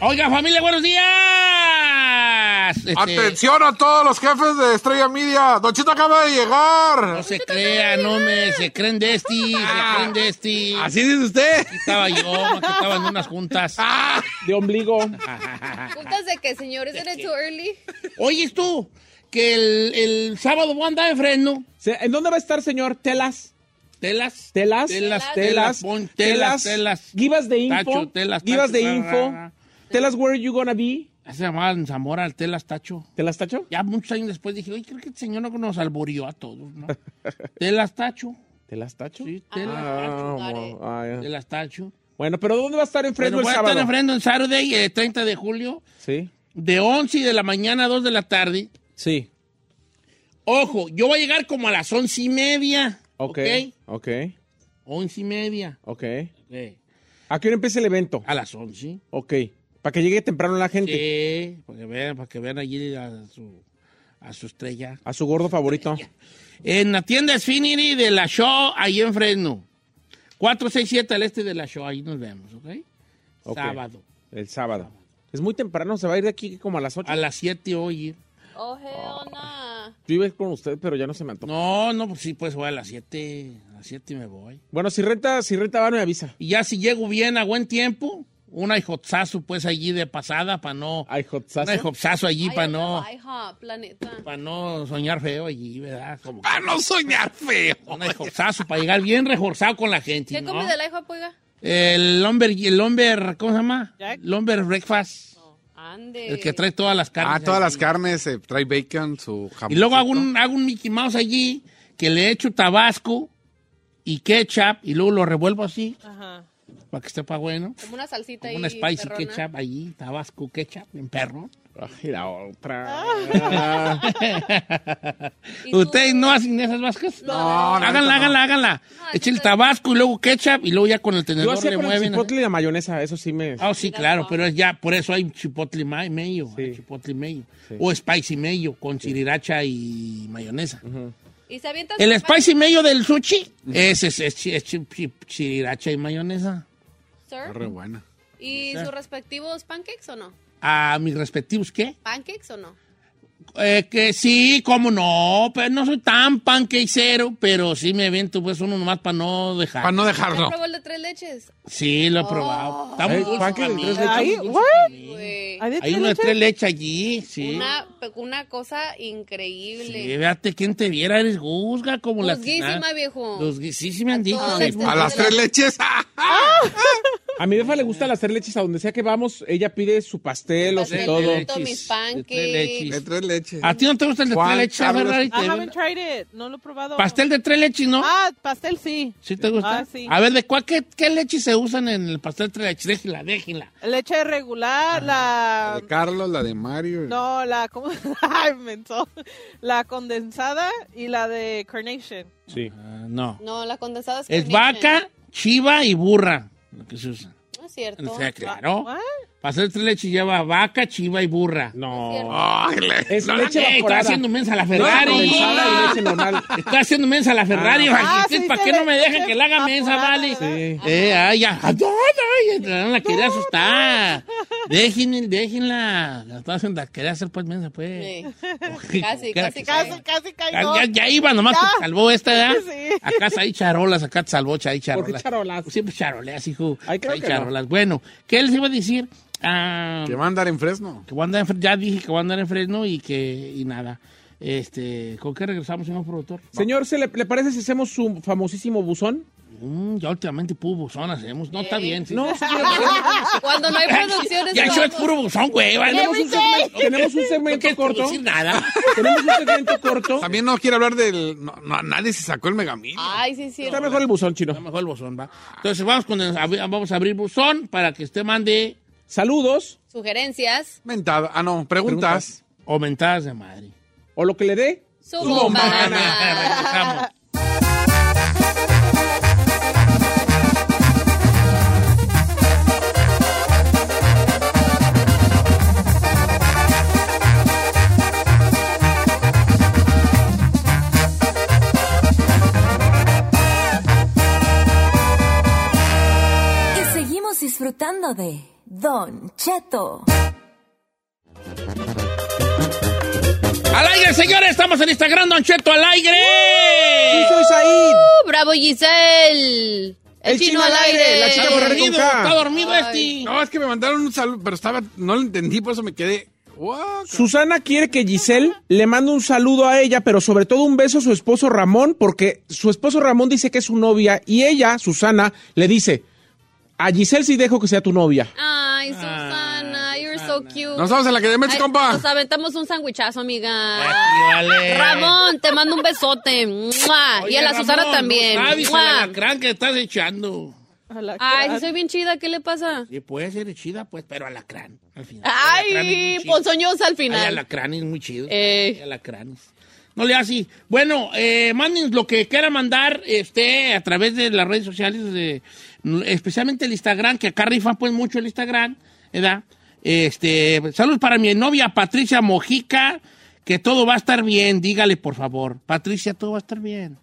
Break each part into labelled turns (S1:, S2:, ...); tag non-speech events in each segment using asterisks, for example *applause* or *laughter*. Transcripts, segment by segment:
S1: Oiga, familia, buenos días. Este,
S2: Atención a todos los jefes de Estrella Media. Don Chito acaba de
S1: No
S2: llegar.
S1: se crean, no me. Se creen de este, se creen de este. Aquí
S2: Así dice usted.
S1: estaba yo, aquí estaba en unas juntas.
S3: de
S1: *laughs*
S3: ombligo.
S4: ¿Juntas de qué, señores? ¿Era too early?
S1: Oyes tú, que el, el sábado voy a andar en Fresno.
S3: Se- ¿En dónde va a estar, señor? Telas.
S1: Telas.
S3: Telas.
S1: Telas, telas,
S3: Telas.
S1: pon- telas, telas.
S3: Givas de info.
S1: Tacho, telas,
S3: Givas
S1: tacho,
S3: de
S1: ra,
S3: info.
S1: ra, ra.
S3: Telas, where are you gonna be?
S1: Ya Se llamaba en Zamora el Telas Tacho.
S3: ¿Telas, tacho?
S1: Ya muchos años después dije, oye, creo que el señor no nos alborió a todos,
S3: *laughs*
S1: ¿no? telas Tacho.
S3: ¿Telas, tacho?
S1: Sí, Telas
S3: Ah,
S1: Tacho.
S3: bueno, ah, ya.
S1: Telas Tacho.
S3: Bueno, pero ¿dónde va a estar en
S1: Bueno,
S3: Fresno
S1: Pues voy
S3: el
S1: a estar
S3: sábado?
S1: en Fresno en Saturday, el 30 de julio.
S3: Sí.
S1: de 11 y de la mañana a 2 de la tarde.
S3: Sí.
S1: Ojo, yo voy a llegar como a las 11 y media.
S3: Ok. Ok.
S1: 11 y media.
S3: Ok.
S1: Eh,
S3: ¿A qué hora empieza el evento?
S1: a las 11.
S3: Ok. Para que llegue temprano la gente.
S1: Ah. Sí, para que vean, para que vean allí a su, a su estrella.
S3: A su gordo favorito.
S1: En la tienda Sfinity de la Show, ahí en Fresno. 467 al este de la Show, ahí nos vemos, ¿ok?
S3: Ok.
S1: Sábado.
S3: El sábado. Es muy temprano, se va a ir de aquí como a las 8.
S1: A las 7 hoy.
S4: Oh, hell nah.
S3: Yo iba a ir con usted, pero ya no se me antoja.
S1: No, no, pues sí, pues voy a las 7. A las 7 me voy.
S3: Bueno, si renta, si renta, van, me avisa.
S1: Y ya si llego bien a buen tiempo, una hijotzazo pues allí de pasada para no...
S3: Ay, hot sasso.
S1: Una hijotzazo allí
S4: Ay,
S1: para
S4: yo
S1: no,
S4: andaba IHOP, la neta.
S1: para no soñar feo allí, ¿verdad? Como
S2: *laughs* A no soñar feo.
S1: una hijotzazo para llegar bien rejorzado con la gente,
S4: ¿Qué
S1: ¿no?
S4: comes del IHOP, oiga?
S1: El lumber, el lumber, ¿cómo se llama?
S4: Jack.
S1: Lumber breakfast,
S4: Ande.
S1: el que trae todas las carnes.
S2: Ah, todas las
S1: allí.
S2: carnes. eh, trae bacon, su jamón.
S1: Y luego hago un, hago un Mickey Mouse allí que le echo tabasco y ketchup y luego lo revuelvo así
S4: Ajá.
S1: para que esté para bueno.
S4: Como una salsita
S1: Como
S4: ahí.
S1: un spicy
S4: perrona.
S1: ketchup allí, tabasco, ketchup, en perro.
S3: Ay,
S1: *laughs*
S3: la otra.
S4: ¿Y tú?
S1: ¿Ustedes no hacen esas vascas?
S4: No.
S1: háganla, háganla, háganla. Eche el tabasco y luego ketchup y luego ya con el
S3: Yo
S1: tenedor
S3: hacía
S1: le
S3: con el
S1: mueven.
S3: chipotle y la mayonesa, eso sí me...
S1: Ah, sí, claro, pero es ya, por eso hay chipotle ma- mayo,
S3: Sí.
S1: hay chipotle mayo.
S3: Sí.
S1: O spicy mayo con chiriracha y mayonesa.
S4: ¿Y se avientas
S1: El spicy mayo del sushi es, es, es, chi- es chi- chi- chiriracha y mayonesa.
S2: Está
S4: sir?
S2: re buena.
S4: ¿Y sus respectivos pancakes o no?
S1: A Ah, mis respectivos, ¿qué?
S4: ¿Pancakes o no?
S1: Eh, que sí, cómo no, pero no soy tan panqueicero, pero sí me avento pues uno nomás para Ah, no dejar.
S2: Para no
S4: ¿Ya
S2: dejarlo.
S4: probó el de tres leches?
S1: Sí, lo he probado. Está muy
S3: ¿Eh?
S1: dulce
S3: ¿Panque
S1: para
S3: de
S1: mí.
S3: tres
S1: Está muy
S5: leches?
S1: dulce
S5: ¿What?
S1: para mí.
S4: Güey.
S5: ¿Hay de
S1: Hay
S5: tres
S1: una de
S5: leches?
S1: tres leches allí, sí.
S4: Una, una cosa
S1: Sí,
S4: increíble.
S1: fíjate, quién te viera, eres guzga como la
S4: Juzguísima,
S1: tina.
S4: viejo.
S1: Juzgui- Sí, sí me han dicho.
S4: Entonces,
S1: güey.
S2: A las tres leches. ah, ah.
S3: A mi jefa le gusta las tres leches a donde sea que vamos, ella pide su pastel o su
S1: Pastel.
S3: todo.
S1: Tres
S4: mis
S1: leches, tres
S4: pancakes.
S1: leches.
S2: De tres leches.
S1: A ti no te gusta el de tres
S2: Juan
S1: leches,
S2: Carlos.
S1: ¿verdad?
S5: I Ah, haven't tried it. No lo he probado.
S1: Pastel de tres leches, ¿no?
S5: Ah, pastel sí.
S1: ¿Sí te gusta?
S5: Ah, sí.
S1: A ver, ¿de cuál, qué, qué leches se usan en el pastel de tres leches? Déjela, déjela.
S5: Leche
S1: Ah,
S5: regular,
S2: La
S5: la...
S2: de Carlos, la de Mario.
S5: No, la... ¿Cómo? *laughs* Ay, menso. La condensada y la de carnation.
S3: Sí.
S1: Ah, no.
S4: No, la condensada es
S1: Es
S4: carnation.
S1: vaca, chiva y burra. Lo que se usa.
S4: No es cierto.
S1: O sea, claro.
S5: What?
S1: Para hacer tres leches lleva vaca, chiva y burra.
S3: No.
S2: Ay, le-
S3: Es
S2: la-
S3: leche
S1: Ey, está
S3: evaporada.
S1: haciendo mensa la
S3: No,
S1: Ferrari.
S3: condensada y leche normal.
S1: Está haciendo mensa la Ferrari.
S5: Ah, sí,
S1: ¿Para
S5: se
S1: qué
S5: le
S1: no me deja
S5: escucha
S1: que la haga mensa,
S5: apurada,
S1: vale?
S5: ¿verdad?
S3: Sí.
S1: Eh, ay, ya. Ay, ay, ay, la quería asustar. Déjenme, déjenla. La estaba haciendo, la quería hacer pues mensa, *laughs* pues.
S4: Sí.
S1: Oje,
S4: Casi,
S1: como
S4: casi,
S1: quiera que
S4: casi.
S1: sea.
S5: Casi, casi cayó.
S1: Ya, ya iba, nomás
S5: Ya.
S1: que salvó esta, ¿verdad?
S5: *laughs* Sí.
S1: Acá hay charolas, acá te salvó, hay
S3: ¿Por qué
S1: charolas. Pues
S3: charolas?
S1: Siempre charoleas, hijo.
S3: Ay, creo
S1: hay
S3: que no.
S1: charolas. Bueno, ¿qué les iba a decir? Ah,
S2: Que va a andar en Fresno.
S1: que voy a andar en Fre- ya dije que voy a andar en Fresno y que, y nada. Este, ¿con qué regresamos, señor productor?
S3: Señor, ¿se le, le parece si hacemos su famosísimo buzón?
S1: Mm, ya últimamente puro buzón hacemos. No, está bien. sí. *laughs*
S3: No, señor.
S4: Cuando no hay producciones.
S1: Ya yo es
S4: vamos.
S1: puro buzón, güey. vale.
S3: tenemos, un segmento, tenemos un
S1: No
S3: segmento
S1: quiero
S3: corto.
S1: decir *laughs* nada.
S3: Tenemos un segmento corto.
S2: También no quiere hablar del. No, no, nadie se sacó el megamil.
S4: Ay, sí, sí.
S3: Está mejor el buzón
S1: Está
S3: chino.
S1: mejor el buzón, va. Entonces vamos, con el- abri- vamos a abrir buzón para que usted mande
S3: Saludos
S4: Sugerencias.
S2: Mentada. Ah, no, preguntas.
S1: aumentadas de madre.
S3: o lo que le dé.
S4: Su mamá.
S1: Regresamos.
S6: Y seguimos disfrutando de Don Cheto.
S1: Al aire, señores, estamos en Instagram, Don Cheto al
S3: Sí,
S1: aire.
S3: soy Said.
S4: Uh, ¡Bravo, Giselle! El, chino, al aire.
S3: la
S1: Está
S3: chica borracha.
S1: dormido, está dormido este.
S2: No, es que me mandaron un saludo, pero estaba. No lo entendí, por eso me quedé. What?
S3: Susana quiere que Giselle le mande un saludo a ella, pero sobre todo un beso a su esposo Ramón, porque su esposo Ramón dice que es su novia y ella, Susana, le dice, a Giselle sí dejo que sea tu novia.
S4: Ay, Susana, you're so cute.
S2: Nos vamos a la que de Mex,
S4: Ay,
S2: compa.
S4: Nos aventamos un sandwichazo, amiga.
S1: Aquí,
S4: Eh.
S1: vale.
S4: Ah. Ramón, te mando un besote. ¡Mua! y
S1: Oye,
S4: a la Susana
S1: Ramón,
S4: también.
S1: No sabes el
S4: ¡Mua!
S1: alacrán que estás echando.
S5: A la
S4: Ay,
S5: cara.
S4: si soy bien chida, ¿qué le pasa?
S1: Sí, puede ser chida, pues, pero alacrán. Al final. Alacrán es muy
S4: Ay, pues,
S1: chido.
S4: ponzoñosa al
S1: Hay
S4: final.
S1: alacranes muy chidos.
S4: Eh.
S1: Hay alacranes. No le así. Bueno, eh, manden lo que quiera mandar este, a través de las redes sociales, de- especialmente el Instagram, que acá rifan pues mucho el Instagram, ¿verdad? Este, saludos para mi novia Patricia Mojica, que todo va a estar bien, dígale por favor. Patricia, todo va a estar bien.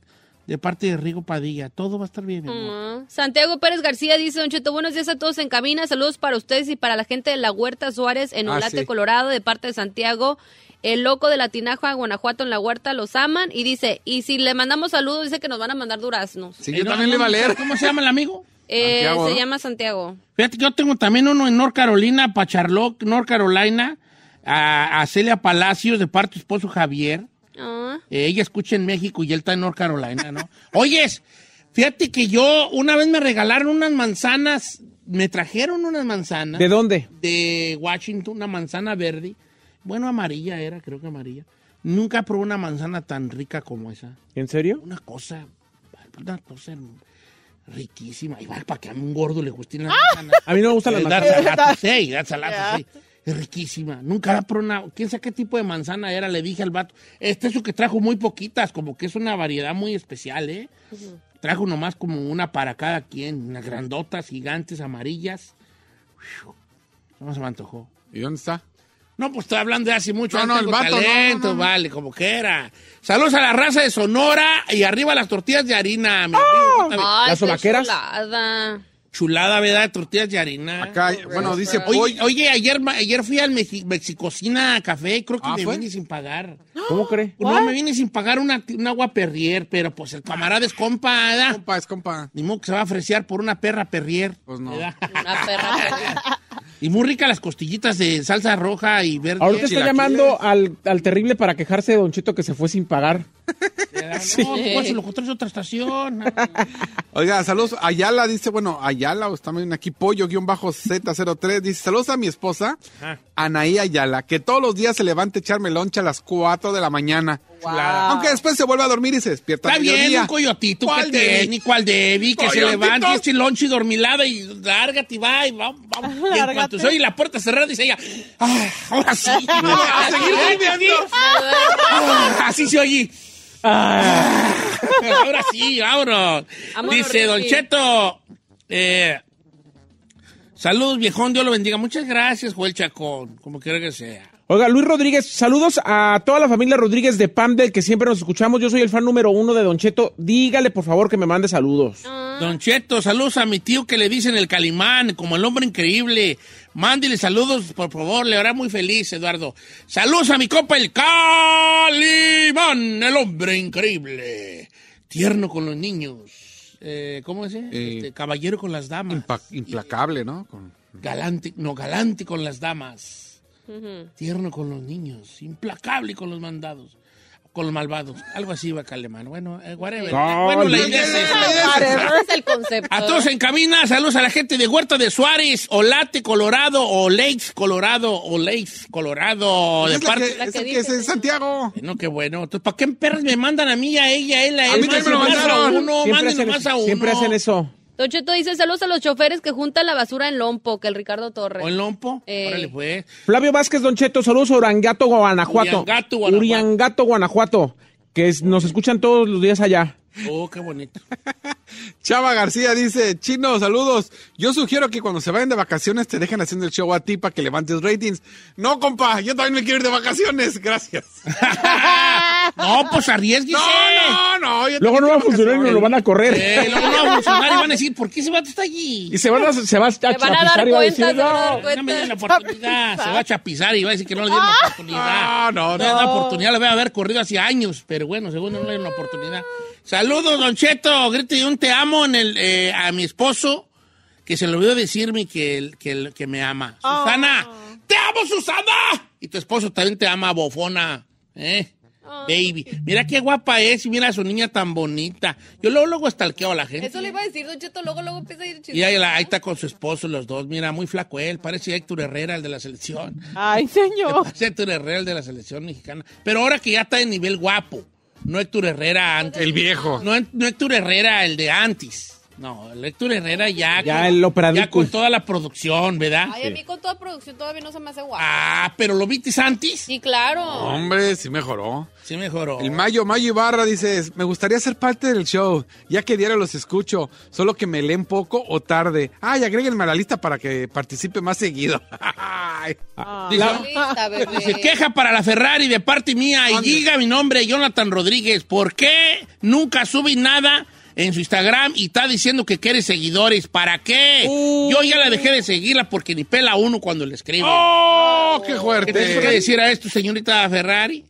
S1: De parte de Rigo Padilla, todo va a estar bien, mi amor.
S2: Mm.
S4: Ah, Santiago Pérez García dice, Don Cheto, buenos días a todos en cabina, saludos para ustedes y para la gente de la Huerta Suárez en
S2: Ah,
S4: Olate,
S2: sí.
S4: Colorado, de parte de Santiago, el loco de la Tinaja, Guanajuato, en la Huerta, los aman, y dice, y si le mandamos saludos, dice que nos van a mandar duraznos.
S2: Sí,
S1: Eh,
S2: yo
S1: no,
S2: también
S1: no,
S2: le iba a leer.
S1: ¿Cómo se llama el amigo?
S4: Eh,
S2: Santiago,
S4: se
S2: ¿no?
S4: llama Santiago.
S1: Fíjate que yo tengo también uno en North Carolina, para Charlotte, North Carolina, a, a Celia Palacios, de parte de su esposo Javier.
S4: Ah,
S1: Eh, ella escucha en México y él está en North Carolina, ¿no? Oyes, fíjate que yo una vez me regalaron unas manzanas, me trajeron unas manzanas
S3: ¿De dónde?
S1: de Washington, una manzana verde. Bueno, amarilla era, creo que amarilla. Nunca probé una manzana tan rica como esa
S3: ¿En serio?
S1: una cosa, una cosa riquísima. Igual para que a un gordo le guste la
S3: A mí no me gustan
S1: Eh,
S3: las manzanas.
S1: sí, that's a lot, sí. Es riquísima. Nunca la prona. ¿Quién sabe qué tipo de manzana era? Le dije al vato. Este es su que trajo muy poquitas, como que es una variedad muy especial, ¿eh? Trajo nomás como una para cada quien. Unas grandotas, gigantes, amarillas. No se me antojó.
S2: ¿Y dónde está?
S1: No, pues estoy hablando de hace mucho.
S2: No,
S1: ahí
S2: no,
S1: tengo
S2: el vato, no,
S1: talento,
S2: no, no.
S1: vale, como que era. Saludos a la raza de Sonora y arriba las tortillas de harina. mi amigo. Está bien.
S4: ay,
S3: ¿Las
S4: qué
S3: sobaqueras?
S4: chulada.
S1: Chulada, ¿verdad? De Tortillas de harina.
S2: Acá, bueno, dice Pollo.
S1: Oye, oye, ayer, ma- ayer fui al Mexi- Mexicocina Café y creo que
S2: Ah,
S1: me
S2: ¿fue?
S1: vine sin pagar.
S3: ¿Cómo cree?
S1: No, me vine sin pagar una, una agua perrier, pero pues el camarada es compa, ¿verdad?
S2: Compa, es compa.
S1: Ni modo que se va a ofrecer por una perra perrier.
S2: Pues no.
S1: ¿verdad?
S4: Una
S1: *laughs*
S4: perra.
S1: Y muy rica las costillitas de salsa roja y verde.
S3: *gasps* Ahorita está
S2: Chilaquiles.
S3: llamando al, al terrible para quejarse de Don Cheto que se fue sin pagar.
S2: *laughs*
S1: No, pues, se lo encontré en otra estación.
S2: Oiga, saludos. Ayala dice, bueno, Ayala, o está también aquí, pollo-z03, dice, saludos a mi esposa, Anaí Ayala, que todos los días se levanta a echarme loncha a las 4 de la mañana. Aunque después se vuelve a dormir y se despierta
S1: Está
S2: al
S1: bien,
S2: mediodía.
S1: un coyotito que
S2: ¿Cuál de-
S1: tiene, y cuál Debbie, que se
S2: Coyotitos.
S1: levante este lonche dormilada y lárgate y va, y vamos, vamos. Y en cuanto se oye la puerta cerrada, dice ella, "Ah, *laughs* ahora sí.
S2: *laughs* A seguir durmiendo.
S1: *laughs* Ah, así se oye. Ah, ahora sí, vámonos.
S4: Vámonos,
S1: Dice Don
S4: Ricky.
S1: Cheto, eh, Saludos, viejón, Dios lo bendiga. Muchas gracias, Joel Chacón, como quiera que sea.
S3: Oiga, Luis Rodríguez, saludos a toda la familia Rodríguez de PAM, del que siempre nos escuchamos. Yo soy el fan número uno de Don Cheto. Dígale, por favor, que me mande saludos.
S1: Don Cheto, saludos a mi tío que le dicen el Calimán, como el hombre increíble. Mándele saludos, por favor, le hará muy feliz, Eduardo. Saludos a mi copa el Calimán, el hombre increíble. Tierno con los niños. Eh, ¿Cómo se dice?
S2: Eh,
S1: Este, caballero con las damas.
S2: Impa- implacable, ¿no? Con-
S1: Galante, no, galante con las damas. Tierno con los niños. Implacable con los mandados. Con los malvados. Algo así va Calimán. Bueno, eh, whatever.
S3: No,
S1: bueno, la
S3: no,
S1: idea es esa.
S4: Ese es el concepto.
S1: Ah, A todos en cabina, saludos a la gente de Huerta de Suárez, Olate, Colorado, o Lakes, Colorado, o Lakes, Colorado, de
S2: Pues Es la
S1: parte...
S2: que, es
S4: que
S2: el que
S4: dice,
S2: es en Santiago.
S1: No, qué bueno. Entonces, ¿para qué perras me mandan a mí, a ella, a él, a él?
S2: A mí también me lo
S1: Mándenos más a
S2: mandaron.
S1: uno,
S3: siempre,
S1: mándenos
S3: hacen,
S1: más a uno.
S3: siempre hacen eso.
S4: Don Cheto dice saludos a los choferes que juntan la basura en Lompo, que el Ricardo Torres.
S1: ¿O el lompo?
S4: Eh.
S1: Órale, pues.
S3: Flavio Vázquez, Don Cheto, saludos a Urangato, Guanajuato.
S1: Uriangato, Guanajuato.
S3: Uriangato, Guanajuato, que es- nos escuchan todos los días allá.
S1: Oh, qué
S2: *laughs*
S1: bonito.
S2: Chava García dice, chino, saludos. Yo sugiero que cuando se vayan de vacaciones te dejen haciendo el show a ti para que levantes ratings. No, compa, yo también me quiero ir de vacaciones. Gracias.
S1: no, pues arriesguese.
S2: No, no, no. yo
S3: Luego
S2: también
S3: no va a
S2: quiero
S3: funcionar y nos
S2: vacaciones.
S3: lo van a correr.
S1: Eh, luego no va a funcionar y van a decir, ¿por qué ese vato está allí?
S3: Y se van a, se va a
S4: Se van a
S3: chapizar
S4: dar
S3: y va a
S4: cuenta,
S3: decir,
S4: se van a
S3: no.
S4: dar
S1: No me den la
S4: cuenta.
S1: oportunidad. Se va a chapizar y va a decir que no le dieron la oportunidad.
S2: Ah, no,
S1: le dieron la
S2: no.
S1: oportunidad, la voy a haber corrido hace años, pero bueno, según no le dieron la oportunidad. Saludos, Don Cheto. Grite y un te amo en el, eh, a mi esposo, que se le olvidó decirme que, el- que, el- que me ama.
S4: Ah.
S1: Susana, te amo, Susana. Y tu esposo también te ama, bofona. ¿Eh?
S4: Ah.
S1: Baby, mira qué guapa es y mira a su niña tan bonita. Yo luego, luego estalqueo a la gente.
S4: Eso le iba a decir, Don Cheto, luego, luego empieza a ir
S1: Y ahí, la- ahí está con su esposo, los dos. Mira, muy flaco él. Parece Héctor Herrera, el de la selección. *laughs*
S5: Ay, señor.
S1: Parece Héctor Herrera, el de la selección mexicana. Pero ahora que ya está en nivel guapo. No Héctor Herrera antes.
S2: El viejo.
S1: No, no Héctor Herrera, el de antes. No, el Héctor Herrera ya.
S3: Ya el operadicus.
S1: Ya con toda la producción, ¿verdad?
S4: Ay, a mí con toda producción todavía no se me hace guapo.
S1: Ah, pero lo viste antes.
S4: Sí, claro.
S2: Hombre, sí mejoró.
S1: Sí, mejoró.
S2: El Mayo, Mayo Ibarra dice, me gustaría ser parte del show, ya que diario los escucho, solo que me leen poco o tarde. Ay, agréguenme a la lista para que participe más seguido. *laughs* Ay.
S1: Dice,
S4: Lista, bebé.
S1: Dice, queja para la Ferrari de parte mía y diga mi nombre, Jonathan Rodríguez. ¿Por qué nunca subí nada en su Instagram y está diciendo que quiere seguidores? ¿Para qué? Yo ya la dejé de seguirla porque ni pela uno cuando le escribo.
S2: ¡Oh,
S1: ¿Qué
S2: qué
S1: tienes que
S2: fuerte!
S1: decir a esto, señorita Ferrari?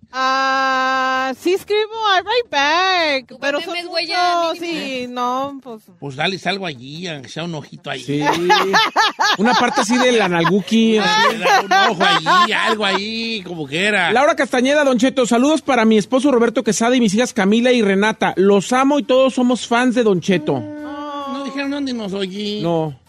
S5: Ah, sí escribo, I'm right back.
S4: Tú
S5: Pero
S4: ponme
S5: son
S4: mes, güey, ya,
S5: muchos
S4: mínimo.
S5: y no, pues.
S1: Pues dale algo allí, aunque sea un ojito ahí.
S3: Sí. Una parte así del analguki.
S1: Le da Un ojo allí, algo ahí, como quiera.
S3: Laura Castañeda, Don Cheto, saludos para mi esposo Roberto Quesada y mis hijas Camila y Renata. Los amo y todos somos fans de Don Cheto.
S1: No dijeron dónde nos oí.
S3: No.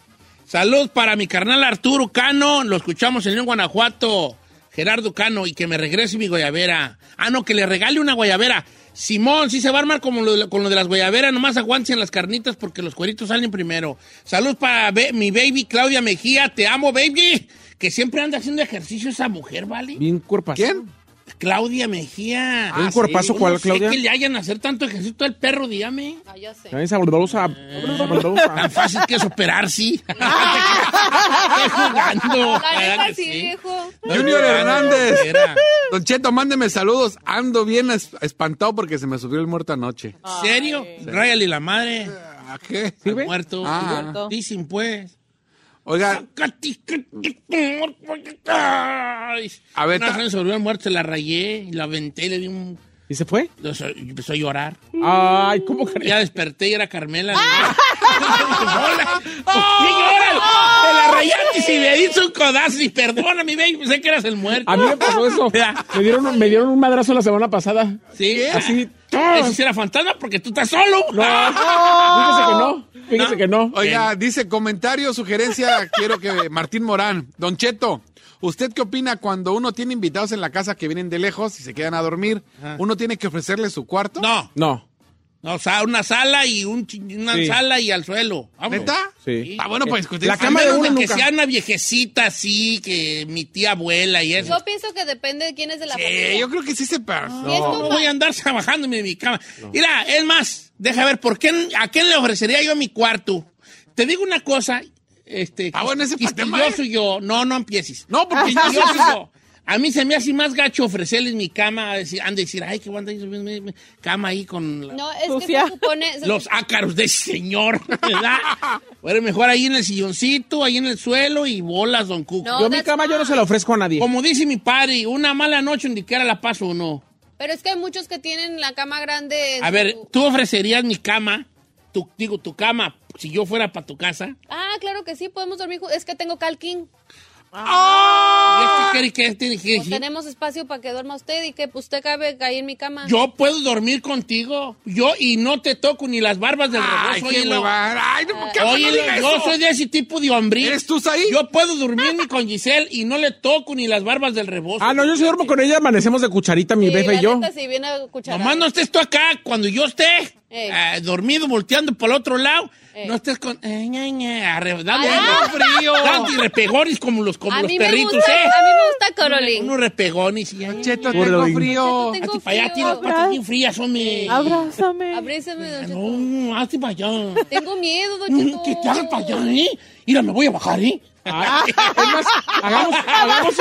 S1: Salud para mi carnal Arturo Cano. Lo escuchamos en León, Guanajuato. Gerardo Cano. Y que me regrese mi guayabera. Ah, no, que le regale una guayabera. Simón, sí se va a armar como lo de la- con lo de las guayaberas. Nomás aguanten las carnitas porque los cueritos salen primero. Salud para be- mi baby Claudia Mejía. Te amo, baby. Que siempre anda haciendo ejercicio esa mujer, ¿vale?
S3: Bien cuerpazo.
S2: ¿Quién? Ah,
S1: Claudia Mejía. Ah,
S3: Un cuerpazo,
S1: Yo
S3: ¿cuál,
S1: no sé
S3: Claudia?
S1: que le hayan hacer tanto ejercicio al perro, dígame.
S4: Ah, ya sé.
S3: También sabrosa. sabrosa.
S1: Tan fácil que es operar,
S4: *laughs*
S1: sí. *laughs* Estoy jugando.
S4: La
S1: ¿verdad
S4: neta
S1: que
S4: sí,
S1: sí?
S4: viejo.
S1: No,
S2: Junior
S1: no, no,
S2: Hernández.
S1: era.
S2: Don Cheto, mándeme saludos. Ando bien es- espantado porque se me subió el muerto anoche.
S1: ¿En serio? Ráyale la madre.
S2: ¿A qué?
S1: Al muerto.
S2: Ah.
S1: Al muerto. Dicen pues.
S2: Oiga,
S1: A
S2: A ver,
S1: ver, una
S2: ta-
S1: vez sobre el muerto, la rayé, y la aventé, le di un...
S3: ¿Y se fue?
S1: lo so- y Empezó a llorar.
S3: Ay, ¿cómo
S1: Y
S3: crees?
S1: Ya desperté y era
S3: *laughs*
S1: Carmela. *laughs* ¡Hola! ¿Por
S3: Oh.
S1: qué lloras? Te la rayaste y me diste un codazo. Y perdona, mi baby, pensé que eras el muerto.
S3: A mí me pasó eso.
S1: Ya.
S3: Me dieron, me dieron un madrazo la semana pasada.
S1: Sí.
S3: Así.
S1: Eso sí era fantasma porque tú estás solo.
S3: Fíjese que no. Fíjese que no.
S2: Oiga, dice comentario, sugerencia, quiero que Martín Morán, Don Cheto, ¿usted qué opina cuando uno tiene invitados en la casa que vienen de lejos y se quedan a dormir? ¿Uno tiene que ofrecerle su cuarto?
S1: No,
S3: No.
S1: no, o sea, una sala y un, chi- una
S3: Sí.
S1: sala y al suelo. Vamos.
S2: ¿Neta?
S3: Sí.
S2: Está bueno pues, para discutir.
S3: La
S2: Al
S3: cama
S2: menos
S3: de uno
S1: que
S3: nunca.
S1: sea una viejecita así, que mi tía abuela y eso.
S4: Yo pienso que depende de quién es de la
S2: Eh,
S4: familia.
S2: yo creo que sí se pasa.
S4: Si es
S1: No
S4: compa-
S1: voy a andar trabajándome en mi cama. Mira, es más, deja ver, ¿por qué, ¿a quién le ofrecería yo mi cuarto? Te digo una cosa, este,
S2: Ah, bueno, ese patema,
S1: quisquilloso yo. No, no empieces.
S2: No, porque yo
S1: *laughs* Quisquilloso yo. A mí se me hace más gacho ofrecerles mi cama. a decir- Han de decir, ay, que voy a andar subiendo mi, mi cama ahí con la-
S4: No, es
S5: Sucia.
S4: que se supone... se-
S1: los ácaros de ese señor, *laughs* ¿verdad? Bueno, mejor ahí en el silloncito, ahí en el suelo y bolas, don Cuco.
S4: No,
S3: yo mi
S4: that's
S3: cama yo no se la ofrezco a nadie.
S1: Como dice mi padre, una mala noche ni siquiera la paso o no.
S4: Pero es que hay muchos que tienen la cama grande. en
S1: A ver,
S4: su-
S1: ¿tú ofrecerías mi cama? Tu, digo, tu cama, si yo fuera para tu casa.
S4: Ah, claro que sí, podemos dormir juntos. Es que tengo calquín.
S1: ¿Y esto qué- qué tiene que
S4: No
S1: decir?
S4: tenemos espacio para que duerma usted y que pues, usted cabe ahí en mi cama.
S1: Yo puedo dormir contigo. Yo y no te toco ni las barbas del
S2: Ay,
S1: rebozo.
S2: qué
S1: oílo.
S2: hueva. Ay, no, ¿por qué no
S1: Oílo,
S2: diga
S1: yo
S2: eso?
S1: soy de ese tipo de hombre.
S2: ¿Eres tú, Saí?
S1: Yo puedo dormirme con Giselle y no le toco ni las barbas del rebozo.
S3: Ah, no, yo si duermo con ella, amanecemos de cucharita, mi
S4: Sí,
S3: befa
S4: la
S3: y yo.
S4: neta, sí, viene a cucharar.
S1: Nomás no estés tú acá cuando yo esté
S4: Ey.
S1: ah, dormido, volteando para el otro lado.
S4: Ey.
S1: No estés con. eh, ña, ña, arre- dando
S4: Ah. *laughs*
S1: frío. Dando y repegones como los, como
S4: a
S1: los
S4: mí
S1: perritos,
S4: me gusta,
S1: ¿eh?
S4: A mí me gusta Corolín.
S1: Unos repegones y. ay,
S2: Cheto,
S3: Por
S2: tengo
S3: lo-
S2: frío.
S4: Cheto,
S1: hazte
S4: tengo
S1: para allá,
S4: frío.
S1: tiene las patas bien frías, hombre. Ah,
S5: Abrázame.
S4: Abríseme, don Cheto.
S1: No, hazte para allá.
S4: Tengo miedo, don
S1: Mm,
S4: Cheto.
S1: Que te hagas para allá, ¿eh? Mira, me voy a bajar, ¿eh?
S3: Ah, es más, hagamos, hagamos,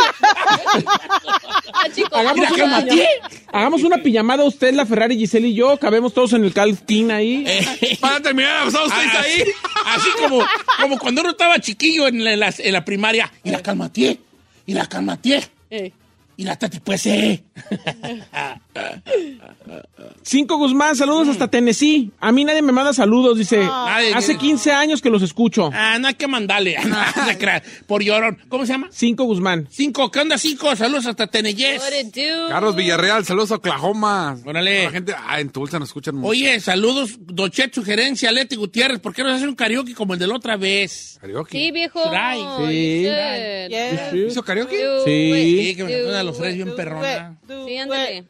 S4: Ah, chico,
S3: hagamos
S1: Mira,
S4: ah,
S1: que maté.
S3: hagamos una pijamada usted, la Ferrari, Giselle y yo, cabemos todos en el calquín ahí.
S1: *laughs*
S2: Para terminar, ¿están ustedes
S1: Ah, Así,
S2: ahí?
S1: así como, como cuando uno estaba chiquillo en la, en la- en la primaria. Y la calmatié, y la calmatié,
S4: eh.
S1: y la tati pues, eh.
S3: Cinco Guzmán, saludos hasta Tennessee. A mí nadie me manda saludos, dice.
S1: Nadie,
S3: Hace
S1: nadie.
S3: 15 años que los escucho.
S1: *laughs* Ah, no hay que mandarle. No, *laughs* no se crea. Por llorón. ¿Cómo se llama?
S3: Cinco Guzmán.
S1: Cinco. ¿Qué onda, cinco? Saludos hasta Tenellés.
S4: What it do?
S2: Carlos Villarreal, saludos a Oklahoma.
S1: Órale.
S2: La gente, ah, en Tulsa nos escuchan mucho.
S1: Oye, saludos, Dochet, sugerencia, Leti Gutiérrez. ¿Por qué no hace un karaoke como el de la otra vez?
S2: Karaoke.
S4: Sí, viejo.
S1: Right.
S3: Sí.
S4: Yes.
S5: Yeah.
S2: ¿Hizo karaoke?
S4: Do
S3: Sí.
S4: it,
S1: Sí, que me
S4: do
S1: ponen a los
S4: it.
S1: tres bien perrona.
S5: Do
S4: Sí,
S5: it.
S4: ándale.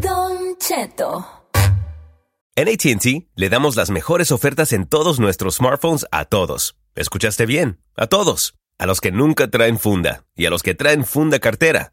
S6: Don Cheto.
S7: En ATT le damos las mejores ofertas en todos nuestros smartphones a todos. ¿Escuchaste bien? A todos. A los que nunca traen funda y a los que traen funda cartera.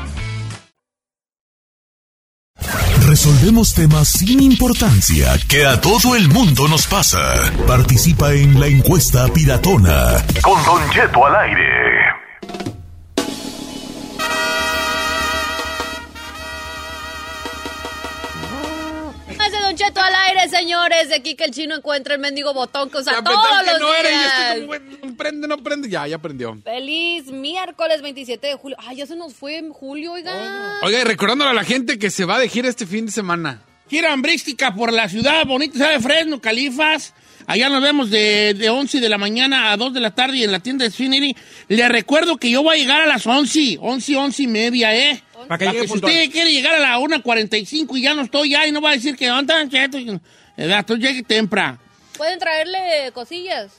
S8: Resolvemos temas sin importancia que a todo el mundo nos pasa. Participa en la encuesta piratona. Con Don Cheto al aire.
S4: Hace Don Cheto al aire, señores. De aquí que el chino encuentra el mendigo botón que usa
S2: Ya,
S4: todos
S2: pensaba que
S4: los
S2: no era, y
S4: días.
S2: este como, güey, prende, no prende. Ya, ya prendió.
S4: Feliz miércoles 27 de julio. Ay, ya se nos fue en julio, oiga.
S2: Oiga, y recordándole a la gente que se va de gira este fin de semana.
S1: Gira hambrística por la ciudad bonita, ¿sabe? Fresno, Califas. Allá nos vemos de, de 11 de la mañana a 2 de la tarde y en la tienda de Sfinity. Le recuerdo que yo voy a llegar a las 11, 11, 11 y media, ¿eh?
S3: Para que
S1: Para que
S3: llegue
S1: si
S3: puntual.
S1: usted quiere llegar a la 1.45 y ya no estoy ya y no va a decir que no, tan cheto, y- ¿verdad? Tú llegue temprano,
S4: Pueden traerle cosillas.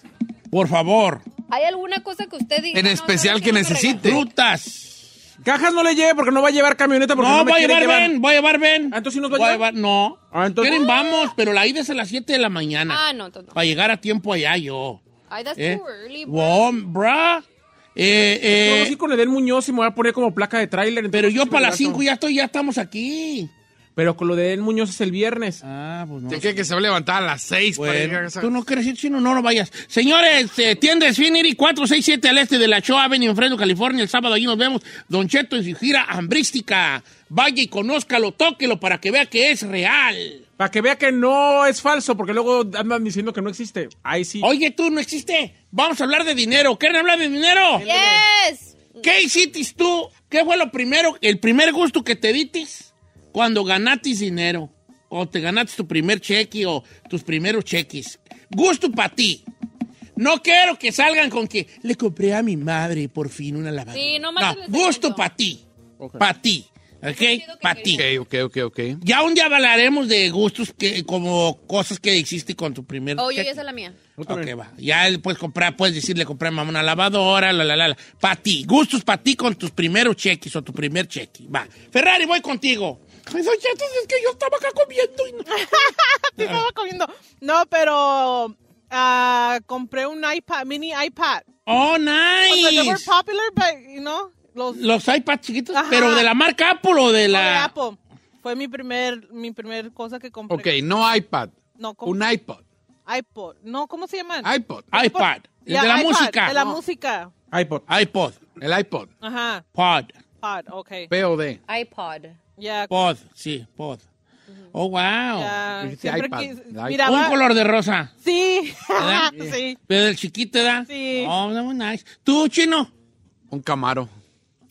S1: por favor.
S4: ¿Hay alguna cosa que usted diga?
S2: En especial
S4: eso
S2: que
S4: me
S2: necesite.
S1: Frutas.
S3: Cajas no le lleve porque no va a llevar camioneta porque no,
S1: No,
S3: me
S1: voy a
S3: quiere
S1: llevar
S3: llevar.
S1: Ben, voy a llevar Ben.
S3: Ah, entonces sí nos va a
S1: Voy
S3: llevar.
S1: No.
S3: Ah, entonces-
S1: Quieren, vamos, pero la ida es a las 7 de la mañana.
S4: Ah, no, entonces no.
S1: Para llegar a tiempo allá yo.
S4: Ay, that's
S1: ¿Eh?
S4: too early, bro.
S1: Wow, bruh. Eh, eh,
S3: Vamos a ir con Edén Muñoz y me voy a poner como placa de tráiler.
S1: pero
S3: entonces,
S1: yo
S3: sí,
S1: para las
S3: brazo.
S1: 5 ya estoy, ya estamos aquí.
S3: Pero con lo de Ed Muñoz es el viernes.
S1: Ah, pues no.
S2: ¿Te cree que se va a levantar a las seis? para
S1: Bueno,
S2: llegar a esa-
S1: tú no quieres ir chino, no, no vayas. Señores, eh, tiendas Finiri 467 al este de la Show Avenue en Fresno, California. El sábado allí nos vemos. Don Cheto en su gira hambrística. Vaya y conózcalo, tóquelo para que vea que es real.
S3: Para que vea que no es falso, porque luego andan diciendo que no existe. Ahí sí.
S1: Oye, tú no existe. Vamos a hablar de dinero. ¿Quieren hablar de dinero?
S4: Yes.
S1: ¿Qué hiciste tú? ¿Qué fue lo primero, el primer gusto que te diste cuando ganaste dinero? O te ganaste tu primer cheque o tus primeros cheques. Gusto para ti. No quiero que salgan con que le compré a mi madre por fin una lavadora.
S4: Sí, no más
S1: no,
S4: el desayuno.
S1: gusto para ti. Para ti. ¿Ok? Para ti.
S2: Ok, ok, ok, ok.
S1: Ya un día hablaremos de gustos que, como cosas que hiciste con tu primer
S4: Oh, yo
S1: cheque.
S4: ya sé la mía.
S1: Ok, va. Ya él puedes comprar, puedes decirle compré a mamá una lavadora, la, la, la, la. Para ti, gustos para ti con tus primeros cheques o tu primer cheque. Va. Ferrari, voy contigo. Ay, soy chetos, es que yo estaba acá comiendo.
S5: *laughs*
S1: y no-
S5: Sí, estaba comiendo. No, pero ah, compré un iPad, mini iPad.
S1: Oh,
S5: O sea, they were
S1: nice.
S5: popular, but, you know, los
S1: Los iPads chiquitos,
S5: Ajá.
S1: pero de la marca Apple o de
S5: de
S1: la...
S5: Apple. Fue mi primer, mi primer cosa que compré.
S2: Ok, no iPad.
S5: No, compré
S2: Un iPod.
S5: iPod. No, ¿cómo se llaman?
S2: iPod.
S1: iPad. El
S5: Ya,
S1: de la
S5: iPad,
S1: música.
S5: De la música.
S3: iPod.
S1: iPod.
S2: El iPod.
S5: Ajá.
S1: Pod.
S5: Pod, ok.
S2: POD.
S4: iPod.
S5: Ya.
S1: Pod. Sí, pod. Oh, wow.
S5: ya,
S2: Dijiste
S5: siempre
S2: iPad,
S5: quis-
S2: iPad.
S1: Un
S5: miraba-
S1: color de rosa.
S5: Sí.
S1: ¿Verdad?
S5: sí.
S1: Pero el chiquito, ¿verdad?
S5: Sí.
S1: Oh, no, nice. Tú, chino.
S2: Un Camaro.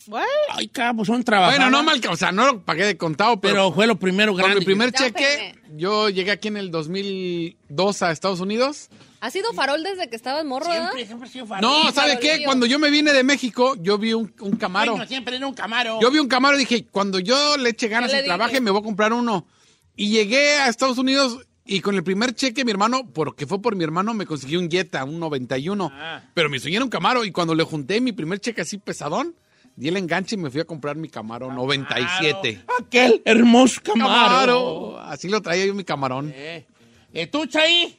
S5: What?
S1: Ay, cabo, son trabajadores.
S2: Bueno, no mal, o sea, no lo pagué de contado, pero,
S1: Pero fue lo primero
S2: con
S1: grande.
S2: mi primer
S4: Ya,
S2: cheque, yo llegué aquí en el 2002 a Estados Unidos.
S4: ¿Ha sido farol desde que estabas morro, ¿verdad?
S1: Siempre, siempre ha sido farol.
S2: No, ¿sabe
S4: Camaro,
S2: qué?
S4: tío.
S2: Cuando yo me vine de México, yo vi un, un Camaro.
S1: Bueno, siempre era un camaro.
S2: Yo vi un Camaro y dije, cuando yo le eche ganas
S4: Yo le
S2: y
S4: dije.
S2: trabaje, me voy a comprar uno. Y llegué a Estados Unidos y con el primer cheque, mi hermano, porque fue por mi hermano, me conseguí un Jetta, un 91. Pero me soñé era un Camaro y cuando le junté mi primer cheque así pesadón, di el enganche y me fui a comprar mi Camaro, 97.
S1: Aquel hermoso camaro.
S2: Camaro. Así lo traía yo mi camarón.
S1: Eh, eh, ¿Tú, Chay?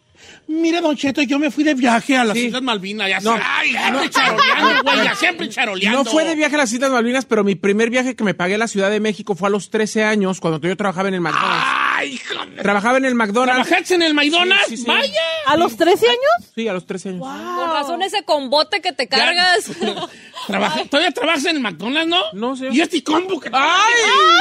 S1: Mira, Don Cheto, yo me fui de viaje a las Islas Malvinas. Ya
S3: No.
S1: sabes. Ay, siempre charoleando, güey. Ya siempre charoleando.
S3: No fue de viaje a las Islas Malvinas, pero mi primer viaje que me pagué a la Ciudad de México fue a los 13 años, cuando yo trabajaba en el McDonald's.
S1: Ay, hijo de-
S3: Trabajaba en el McDonald's.
S1: ¿Trabajaste en el McDonald's?
S3: Sí, sí, sí.
S1: Vaya.
S4: Ah,
S5: ¿A los 13 años?
S3: Sí, a los 13 años.
S1: Ah,
S4: Con razón ese combote que
S1: *laughs*
S4: te cargas.
S1: Trabaja- ¿Todavía trabajas en el McDonald's, no?
S3: No, señor.
S1: ¿Y este combo que
S3: Ay.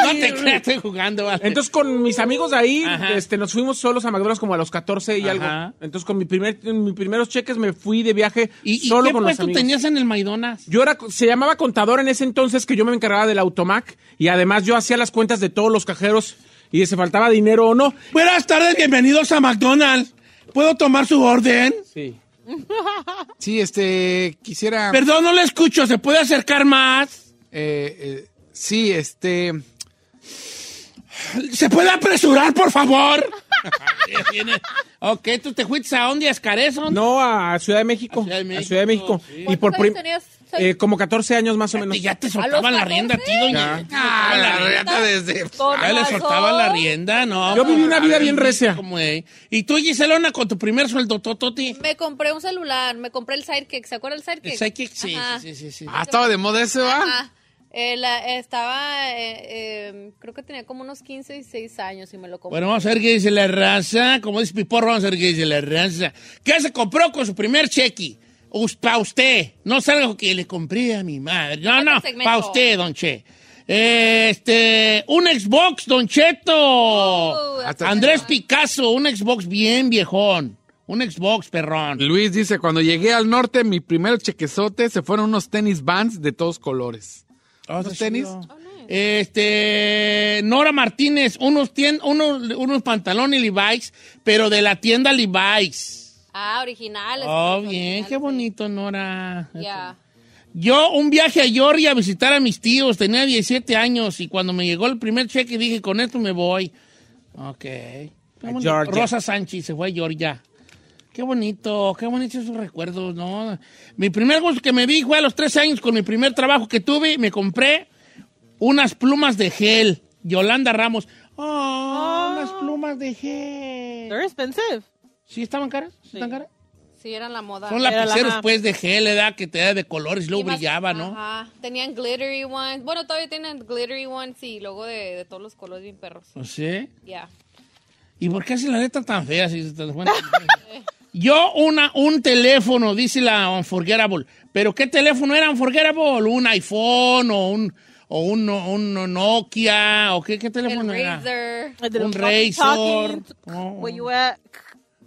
S1: No te creas, estoy jugando. vale.
S3: Entonces con mis amigos de ahí,
S1: Ajá.
S3: este, nos fuimos solos a McDonald's como a los 14 y
S1: Ajá.
S3: algo. Entonces con mi primer, mis primeros cheques me fui de viaje
S1: ¿Y, y
S3: solo
S1: qué
S3: con los
S1: puesto
S3: amigos.
S1: tenías en el McDonald's?
S3: Yo era, se llamaba contador en ese entonces que yo me encargaba del automac y además yo hacía las cuentas de todos los cajeros y de si faltaba dinero o no.
S1: Buenas tardes, bienvenidos a McDonald's. ¿Puedo tomar su orden?
S3: Sí.
S2: Sí, este, quisiera...
S1: Perdón, no le escucho, ¿se puede acercar más?
S2: eh, eh, sí, este...
S1: ¿Se puede apresurar, por favor? *laughs* Viene- ok, ¿tú te fuiste a dónde, a Escarezón?
S3: No, a Ciudad de México.
S1: A Ciudad de México,
S3: A Ciudad de México.
S1: sí.
S3: Y por
S4: ¿Cuántos años
S3: prim-
S4: tenías?
S3: eh, como 14 años más o
S1: Ya te-
S3: menos.
S1: Ya te
S4: ¿A
S1: soltaban
S4: los
S1: la rienda a ti,
S4: 14?
S1: doña. Ah, la rienda.
S2: desde...
S4: Con
S1: Ya le
S4: razón.
S1: soltaban la rienda, no.
S3: Yo viví una vida bien recia.
S1: Como, eh. ¿Y tú, Giselona, con tu primer sueldo, Tototi?
S4: Me compré un celular, me compré el Sidekick, ¿se acuerda el Sidekick?
S1: El Psychic, sí,
S4: Ajá.
S1: sí, sí, sí.
S2: Ah, estaba de moda ese, ¿va?
S4: Ajá. Eh, la- estaba, eh, eh, creo que tenía como unos 15, 16 años y me lo compré.
S1: Bueno, vamos a ver qué dice la raza. Como dice Piporro, vamos a ver qué dice la raza. ¿Qué se compró con su primer cheque? Us- Pa' usted. No salga con que le compré a mi madre. No, no,
S4: Otro segmento.
S1: pa' usted, don Che. Este, un Xbox, don Cheto.
S4: Uh,
S2: hasta-
S1: Andrés Picasso, un Xbox bien viejón. Un Xbox, perrón.
S2: Luis dice, cuando llegué al norte, mi primer chequezote se fueron unos tenis vans de todos colores. ¿Unos tenis?
S1: Este, Nora Martínez, unos, tien- unos, unos pantalones Levi's, pero de la tienda Levi's.
S4: Ah, originales.
S1: Oh, bien,
S4: sí, originales,
S1: qué
S4: sí.
S1: bonito, Nora. Este,
S4: Ya.
S1: Yo un viaje a Georgia a visitar a mis tíos, tenía 17 años y cuando me llegó el primer cheque dije, con esto me voy. Ok. Qué bonito.
S3: Georgia.
S1: Rosa Sánchez se fue a Georgia. Qué bonito, qué bonitos esos recuerdos, ¿no? Mi primer gusto que me di fue a los 13 años con mi primer trabajo que tuve, me compré unas plumas de gel, Yolanda Ramos.
S4: Ah.
S1: Oh, unas plumas de gel.
S5: They're expensive.
S1: ¿Sí estaban caras? ¿Sí
S5: Sí.
S1: ¿Están caras?
S4: Sí, era la moda.
S1: Son
S4: Era la-
S1: lapiceros,
S4: ajá.
S1: pues, de gel, ¿verdad? Que te da de colores y luego
S4: Más-
S1: brillaba, ¿no?
S4: Ajá. Tenían glittery ones. Bueno, todavía tienen glittery ones y luego de, de todos los colores bien perros.
S1: No sé.
S4: Ya.
S1: Pues ¿Y por qué hace la letra tan fea si se te das cuenta? *laughs* Yo una, un teléfono, dice la Unforgettable. ¿Pero qué teléfono era Unforgettable? ¿Un iPhone o un, o un, un Nokia? ¿O qué, qué teléfono era?
S4: Razer.
S1: Un Razor.
S4: Where you
S5: at?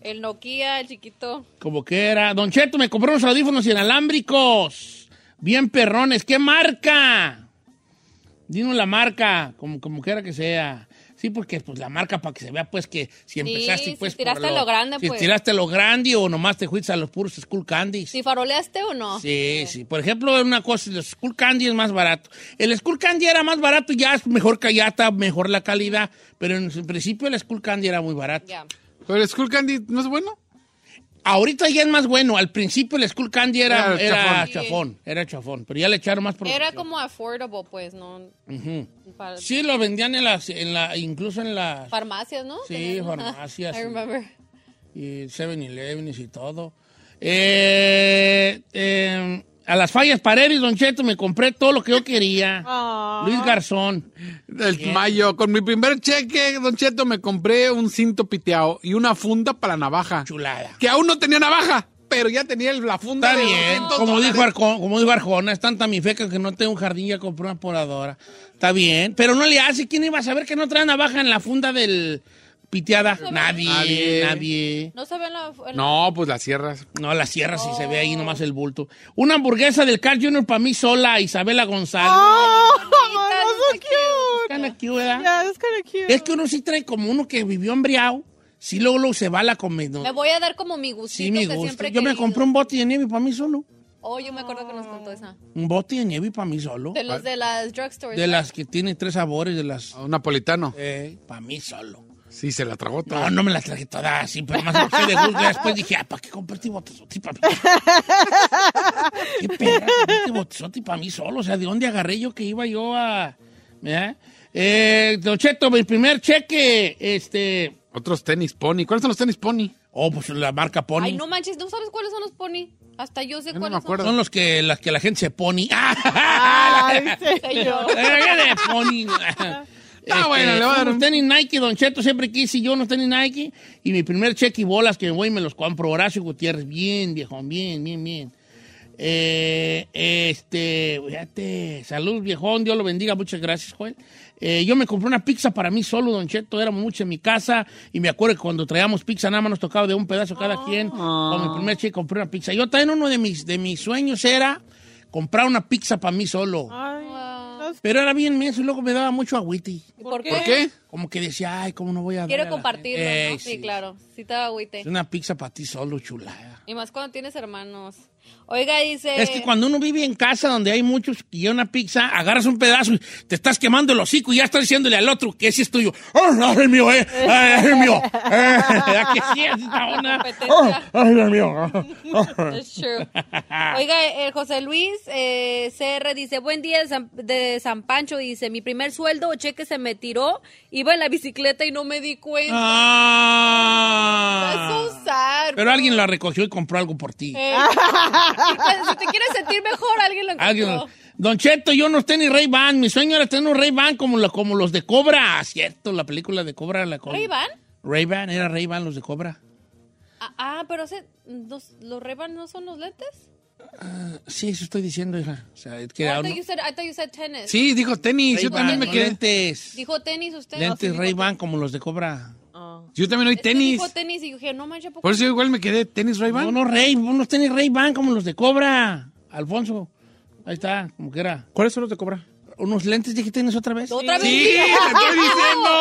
S4: El Nokia, el chiquito.
S1: Como que era. Don Cheto, me compró unos audífonos inalámbricos. Bien perrones. ¿Qué marca? Dinos la marca, como, como quiera que sea. Sí, porque pues la marca para que se vea pues que si empezaste
S4: si
S1: pues
S4: tiraste a lo grande,
S1: si
S4: pues.
S1: tiraste a lo grande o nomás te fuiste a los puros school candies.
S4: ¿Si faroleaste o no?
S1: Sí, sí. Por ejemplo, una cosa, el Skull Candy es más barato. El Skull Candy era más barato, ya es mejor que ya está mejor la calidad, pero en su principio el Skull Candy era muy barato.
S2: Pero el Skull Candy no es bueno.
S1: Ahorita ya es más bueno. Al principio el Skull Candy era,
S2: Era
S1: era
S2: chafón.
S1: chafón, era chafón, pero ya le echaron más por...
S4: Era como affordable, pues, ¿no?
S1: Ujú.
S4: Para-
S1: Sí, lo vendían en las, en la, incluso en las
S4: Farmacias, ¿no?
S1: Sí,
S4: Tenían- ajá.
S1: farmacias,
S4: *laughs* I
S1: sí.
S4: remember.
S1: y 7-Elevens y todo. Eh, eh, a las fallas paredes, Don Cheto, me compré todo lo que yo quería.
S4: Ah.
S1: Luis Garzón.
S2: El mayo, con mi primer cheque, Don Cheto, me compré un cinto piteado y una funda para navaja.
S1: Chulada.
S2: Que aún no tenía navaja, pero ya tenía el- la funda.
S1: Está
S2: de
S1: bien,
S2: 200
S1: como
S2: dólares.
S1: dijo, Arco- como dijo Arjona, es tanta mi feca que no tengo un jardín, ya compré una podadora. Está bien, pero no le hace, ¿quién iba a saber que no trae navaja en la funda del piteada? Nadie, nadie.
S2: Nadie.
S4: No se ve en la... en-
S2: No, pues las sierras.
S1: No, la sierra sí se ve ahí nomás el bulto. Una hamburguesa del Carl Jr. para mí sola, Isabela González. Kinda cute, ¿verdad? Es que uno sí trae como uno que vivió embriagado, sí luego, luego se va a la comida.
S4: Me voy a dar como mi gustito
S1: Sí, me
S4: que
S1: gusta.
S4: siempre he
S1: Yo me
S4: querido.
S1: compré un bote de nieve para mí solo.
S4: Oh, yo me acuerdo que nos contó esa.
S1: Un bote de nieve para mí solo.
S4: De los de las drugstores.
S1: De las que tiene tres sabores, de
S4: Ah,
S1: las...
S2: Un napolitano.
S1: para mí solo.
S2: Sí, se la tragó toda.
S1: No, no me las traje todas así, pero más o menos de gusto.
S4: *laughs*
S1: Ya Después dije, ah, ¿para qué compré botezote para mí? ¿Qué perra? Este botezote para mí solo. O sea, ¿de dónde agarré yo que iba yo a...? ¿Verdad? Eh, Don Cheto, mi primer cheque, este...
S2: Otros tenis pony. ¿Cuáles son los tenis pony?
S1: Oh, pues la marca Pony.
S4: Ay, no manches, ¿no sabes cuáles son los pony? Hasta yo sé cuáles
S1: Son los que, las que la gente se pone. *laughs*
S4: son. Señor.
S1: de pony.
S2: *laughs*
S1: Este,
S2: Ah, bueno, le voy a dar
S1: unos
S2: un-
S1: tenis Nike, Don Cheto, siempre quise yo unos tenis Nike. Y mi primer cheque y bolas que me voy y me los compro. Horacio Gutiérrez, bien, viejón, bien, bien, bien. Eh, este, fíjate, salud, viejón, Dios lo bendiga, muchas gracias, Joel. Eh, yo me compré una pizza para mí solo, Don Cheto, éramos muchos en mi casa. Y me acuerdo que cuando traíamos pizza, nada más nos tocaba de un pedazo cada quien.
S2: Ah.
S1: Con mi primer cheque compré una pizza. Yo también uno de mis, de mis sueños era comprar una pizza para mí solo. Pero era bien menso y luego me daba mucho agüiti.
S4: ¿Por qué?
S2: ¿Por qué?
S1: Como que decía, ay, ¿cómo no voy a dar?
S4: Quiero compartirlo, ¿no?
S1: Ey,
S4: Sí,
S1: Eh, sí.
S4: claro. Sí te agüite.
S1: Es una pizza para ti solo, chulada.
S4: Y más cuando tienes hermanos. Oiga, dice...
S1: Es que cuando uno vive en casa donde hay muchos y hay una pizza, agarras un pedazo y te estás quemando el hocico y ya estás diciéndole al otro que ese es tuyo. ¡Ah, no, es el mío, eh! ¡Ah, es el
S4: *laughs*
S1: mío! Eh, ¿verdad que sí? Es esta onda.
S4: Competencia.
S1: ¡Ah, es el
S4: *laughs*
S1: mío! Ah, ah. *laughs*
S4: It's true. Oiga, el José Luis eh, CR dice, buen día de San, de San Pancho, dice, mi primer sueldo o cheque se me tiró, iba en la bicicleta y no me di cuenta.
S1: Ah.
S4: That's so sad.
S1: Pero alguien la recogió y compró algo por ti.
S4: Eh, si te quieres sentir mejor, alguien
S1: *laughs*
S4: lo encontró.
S1: Alguien- Ah, Don Cheto, yo no estoy ni Ray Ban. Mi sueño era tener un Ray Ban como, la- como los de Cobra. Ah, Cierto, la película de Cobra la co-
S4: ¿Ray-Ban?
S1: Ray Ban, era Ray Ban los de Cobra.
S4: Ah, ah, pero ese- los, los Reban no son los lentes.
S1: Sí, eso estoy diciendo, hija. O sea, es que
S4: I
S1: era
S4: thought,
S1: uno-
S4: you said, I thought you said tennis.
S2: Sí, dijo tenis. Yo
S1: Ray-Ban,
S2: también me
S1: no
S2: quedé.
S1: Lentes,
S4: Dijo tenis usted.
S1: lentes
S4: Sí,
S1: Ray
S4: dijo
S1: Ban como los de Cobra.
S2: Yo también oí
S4: Es que
S2: tenis.
S4: Dijo tenis y yo dije, no manches, ¿a poco
S2: Por eso yo igual me quedé tenis Ray
S1: No,
S2: Ban.
S1: no, Ray, unos tenis Ray Ban como los de Cobra. Alfonso, ahí está, como que era.
S3: ¿Cuáles son los de cobra?
S1: Unos lentes, dije, tienes otra vez.
S4: ¿Otra vez?
S2: Sí, te
S4: *laughs*
S2: estoy diciendo.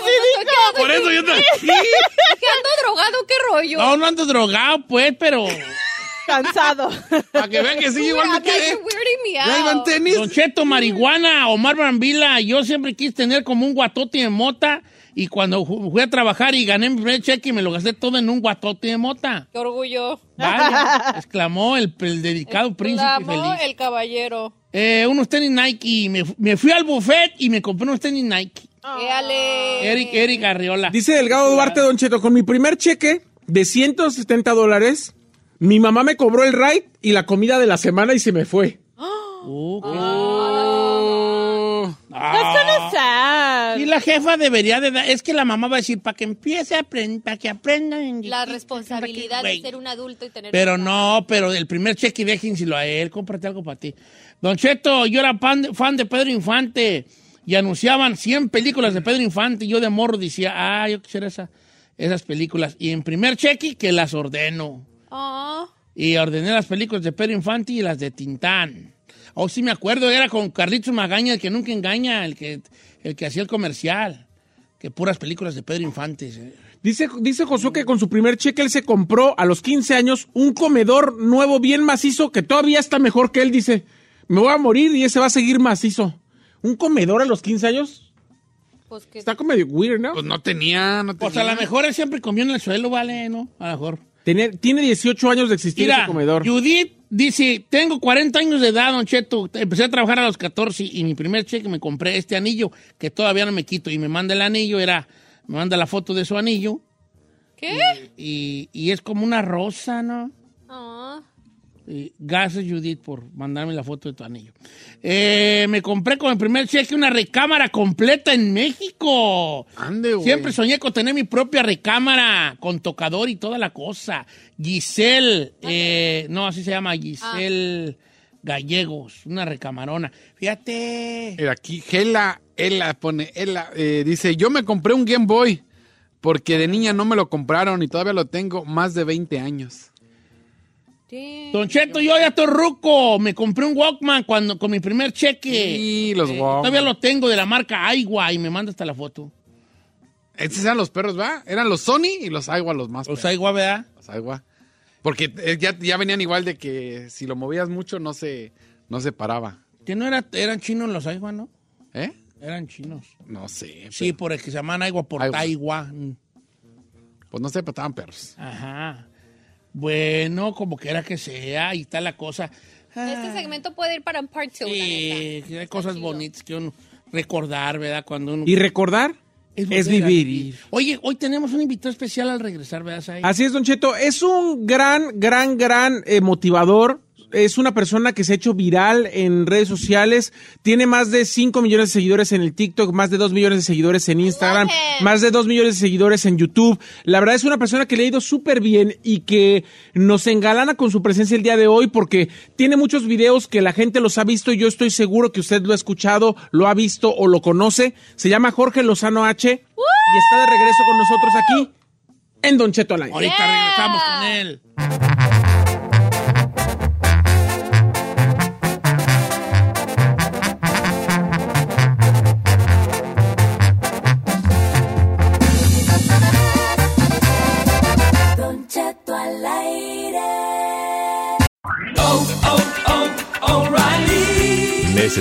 S4: Pues no sé qué hago,
S2: Por eso yo también.
S4: ¿Qué ando drogado? ¿Qué rollo?
S1: No, no ando drogado, pues, pero.
S5: Cansado. *laughs*
S2: Para que vean que sí, igual me
S4: Like,
S2: quedé.
S4: you're weirding me out.
S2: Ray Ban tenis.
S1: Don Cheto, marihuana, Omar Brambila, yo siempre quise tener como un guatote de mota y cuando ju- fui a trabajar y gané mi primer cheque me lo gasté todo en un guatote de mota.
S4: Qué orgullo.
S1: Vaya,
S4: *laughs*
S1: exclamó el, el dedicado príncipe
S4: La amó
S1: feliz.
S4: el caballero.
S1: Eh, unos tenis Nike, me, fu- me fui al buffet y me compré unos tenis Nike.
S4: Éale.
S1: Eric, Eric Arriola.
S3: Dice Delgado Duarte Don Cheto, con mi primer cheque de 170 dólares, Mi mamá me cobró el ride y la comida de la semana y se me fue.
S1: Uh,
S4: Ah.
S5: That's kinda sad.
S1: Ah. Y la jefa debería de dar, es que la mamá va a decir, para que empiece a aprender, para que aprenda. en-
S4: La responsabilidad
S1: Güey.
S4: de ser un adulto y tener...
S1: Pero
S4: una-
S1: no, pero el primer cheque déjenselo a él, cómprate algo para ti. Don Cheto, yo era pan- fan de Pedro Infante y anunciaban 100 películas de Pedro Infante y yo de morro decía, ah, yo quisiera esa- esas películas. Y en primer cheque que las ordeno.
S4: Oh,
S1: Y ordené las películas de Pedro Infante y las de Tintán. Oh, sí me acuerdo, era con Carlitos Magaña, el que nunca engaña, el que, el que hacía el comercial. Que puras películas de Pedro Infante. eh.
S3: Dice, dice Josué que con su primer cheque él se compró a los 15 años un comedor nuevo bien macizo que todavía está mejor que él. Dice, me voy a morir y ese va a seguir macizo. ¿Un comedor a los 15 años?
S4: pues que...
S3: Está como medio weird, ¿no?
S2: Pues no tenía, no tenía.
S1: Pues a lo mejor él siempre comió en el suelo, ¿vale? ¿No? A lo mejor.
S3: Tiene, tiene 18 años de existir
S1: Mira,
S3: ese comedor.
S1: Judith dice, tengo 40 años de edad, don Cheto. Empecé a trabajar a los 14 y mi primer cheque me compré este anillo que todavía no me quito. Y me manda el anillo, era, me manda la foto de su anillo
S4: ¿Qué?
S1: y, y es como una rosa, ¿no?
S4: Oh,
S1: Y Gracias, Judith, por mandarme la foto de tu anillo. Eh, me compré con el primer cheque una recámara completa en México.
S2: Ande, güey.
S1: Siempre soñé con tener mi propia recámara con tocador y toda la cosa. Giselle, eh, no, así se llama Giselle Gallegos, una recamarona. Fíjate.
S2: Mira, aquí, Gela, Ela pone, Ela, eh, dice, yo me compré un Game Boy porque de niña no me lo compraron y todavía lo tengo más de 20 años.
S4: damn.
S1: Don Cheto, yo ya estoy ruco. Me compré un Walkman cuando, con mi primer cheque.
S2: Y los
S1: Eh,
S2: Walkman.
S1: Todavía lo tengo de la marca Aigua y me manda hasta la foto.
S2: Estos eran los perros, ¿va? Eran los Sony y los Aiwa los más.
S1: Los
S2: perros.
S1: Aigua, ¿verdad?
S2: Los Aiwa. Porque eh, ya, ya venían igual de que si lo movías mucho no se, no se paraba.
S1: Que no era, eran chinos los Aigua, ¿no?
S2: ¿Eh?
S1: Eran chinos.
S2: No sé.
S1: Sí, por el que se llaman Aigua por Mm.
S2: Aigua.
S1: Taiwán.
S2: Pues no sé, pero estaban perros.
S1: Ajá. Bueno, como quiera que sea, ahí está la cosa. Ah,
S4: Este segmento puede ir para un part two, la neta.
S1: sí, que hay cosas
S4: chido.
S1: bonitas que uno recordar, ¿verdad? Cuando uno...
S3: Y recordar es,
S1: volver a
S3: vivir.
S1: Oye, hoy tenemos un invitado especial al regresar, ¿verdad, Sai?
S3: Así es, Don Cheto. Es un gran, gran, gran eh, motivador. Es una persona que se ha hecho viral en redes sociales. Tiene más de 5 millones de seguidores en el TikTok, más de 2 millones de seguidores en Instagram,
S4: Love it.
S3: más de 2 millones de seguidores en YouTube. La verdad es una persona que le ha ido súper bien y que nos engalana con su presencia el día de hoy porque tiene muchos videos que la gente los ha visto y yo estoy seguro que usted lo ha escuchado, lo ha visto o lo conoce. Se llama Jorge Lozano H y está de regreso con nosotros aquí en Don Cheto al aire.
S1: Ahorita
S4: Yeah.
S1: regresamos con él.
S6: Don Cheto al aire.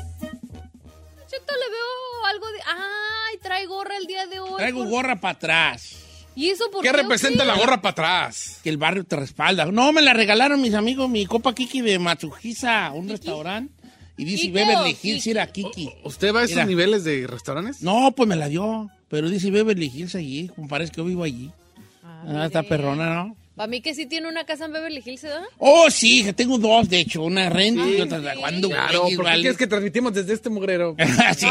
S4: Yo te le veo algo de... Ay, trae gorra el día de hoy.
S1: Traigo
S4: por-
S1: gorra para atrás,
S4: ¿Y eso por
S2: ¿Qué
S4: qué? o
S2: representa
S4: qué?
S2: la gorra para atrás?
S1: que el barrio te respalda. No, me la regalaron mis amigos, mi copa Kiki de Matsujisa, un restaurante. Y dice
S4: ¿Kiki
S1: Beverly
S4: o
S1: Hills
S4: Kiki?
S1: era Kiki.
S2: ¿Usted va a esos
S1: Mira.
S2: niveles de restaurantes?
S1: No, pues me la dio. Pero dice Beverly Hills allí, como parece que yo vivo allí. Ah, está perrona, ¿no?
S4: Para mí que sí tiene una casa en Beverly Hills, ¿verdad?
S1: Oh, sí, que tengo dos, de hecho, una renta y otra de cuando.
S3: Claro,
S1: *laughs*
S3: porque tienes que transmitimos desde este mugrero.
S1: Sí,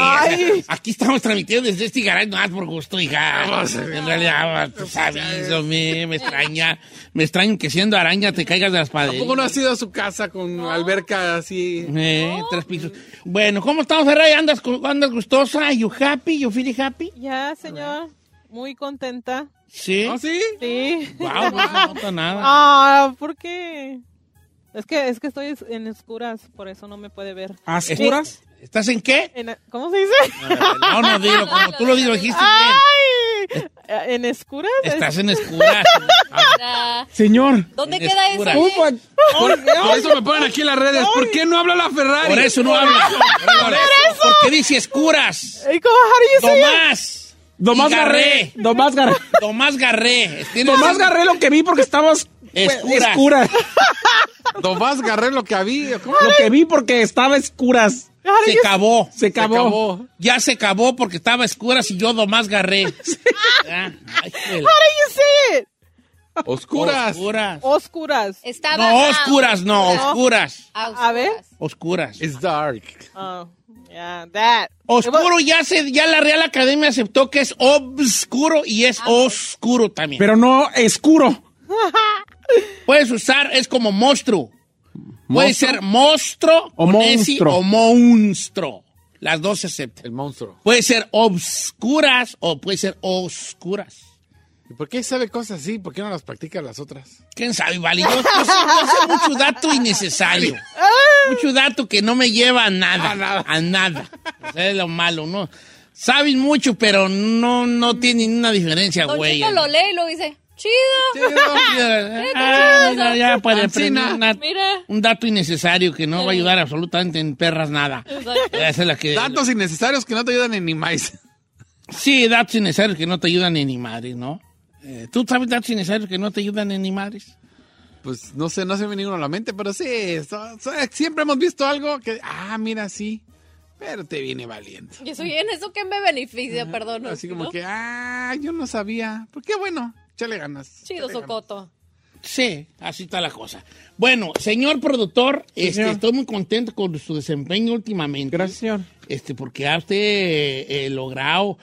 S1: aquí estamos transmitiendo desde este garage, más por gusto, hija. en realidad, ah, tú
S3: pues,
S1: sabes, hombre, me extraña. Me extraña que siendo araña te caigas de las paredes.
S3: ¿Cómo no has ido a su casa con alberca así?
S1: Eh, tres pisos. Bueno, ¿cómo estamos, Ferrari? ¿Andas, cu- andas gustosa? ¿You happy? ¿You feel happy?
S5: Ya, señor. Muy contenta.
S1: Sí.
S3: ¿No, sí?
S5: Sí. *laughs*
S1: Wow, no se nota nada.
S5: Ah, ¿por qué? Es que, es que estoy es- en oscuras, por eso no me puede ver.
S3: ¿A oscuras?
S1: ¿Estás en qué?
S5: En- ¿Cómo se dice?
S1: No, no, *laughs* dilo, como tú lo dijiste bien.
S5: ¡Ay! ¿En oscuras?
S1: Estás en escuras.
S4: Ah,
S3: Señor.
S4: ¿Dónde
S1: En
S4: queda
S1: escuras.
S4: eso?
S3: Por, por eso me ponen aquí en las redes. ¿Por qué no habla la Ferrari?
S1: Por eso no hablas. Por eso. Porque dice escuras.
S5: ¿Y cómo, how do you say it?
S1: Tomás.
S3: Nomás
S1: Y Garré.
S3: Garré. Nomás Garré.
S1: Tomás Garré. Tiene-
S3: Nomás Garré lo que vi porque estabas pues,
S1: Escuras.
S3: escuras.
S2: Nomás agarré lo que había. ¿Cómo?
S3: Lo que vi porque estaba escuras.
S5: How do
S1: Se
S5: you-
S1: acabó.
S3: Se acabó.
S1: Ya se acabó porque estaba escuras y yo Tomás Garré. Ah, ay, el-
S5: how do you say it?
S2: Oscuras.
S1: Oscuras.
S5: Oscuras.
S4: Estaba
S1: No,
S4: a-
S1: oscuras, no, oscuras.
S4: a
S5: A ver.
S4: oscuras.
S1: Oscuras.
S2: It's dark.
S5: Oh, yeah, that.
S1: Oscuro ya se, ya la Real Academia aceptó que es obscuro y es oscuro también.
S3: Pero no escuro.
S1: Puedes usar, es como monstruo. Puede ser monstruo
S3: O
S1: con S
S3: monstruo.
S1: o monstruo. Las dos se aceptan.
S2: El monstruo.
S1: Puede ser obscuras o puede ser oscuras.
S2: ¿Y por qué sabe cosas así? ¿Por qué no las practica las otras?
S1: ¿Quién sabe, vale? Yo, yo sé, yo sé mucho dato innecesario. mucho dato que no me lleva a nada. A nada. Eso es lo malo, ¿no? Saben mucho, pero no, no tienen una diferencia,
S4: Don
S1: güey.
S4: Chico lo lee y lo dice, chido.
S1: Ah, ya, ya, para aprender una-
S4: Mira.
S1: un dato innecesario que no va a ayudar absolutamente en perras nada. Esa es la que...
S2: Datos innecesarios que no te ayudan en ni más.
S1: Sí, datos innecesarios que no te ayudan en ni madres, ¿no? Eh, ¿Tú sabes datos innecesarios que no te ayudan en ni madres?
S2: Pues no sé, no se me ninguno a la mente, pero sí, so- so- siempre hemos visto algo que, ah, mira, sí, pero te viene valiente.
S4: Yo soy en eso que me beneficia, perdón.
S2: Así como
S4: ¿no?
S2: que, ah, yo no sabía. Pero qué bueno, échale ganas.
S4: Chido,
S2: échale ganas.
S5: *laughs*
S4: Socoto.
S1: Sí, así está la cosa. Bueno, señor productor, Este, estoy muy contento con su desempeño últimamente.
S3: Gracias, señor.
S1: Este, porque ha usted eh, eh, logrado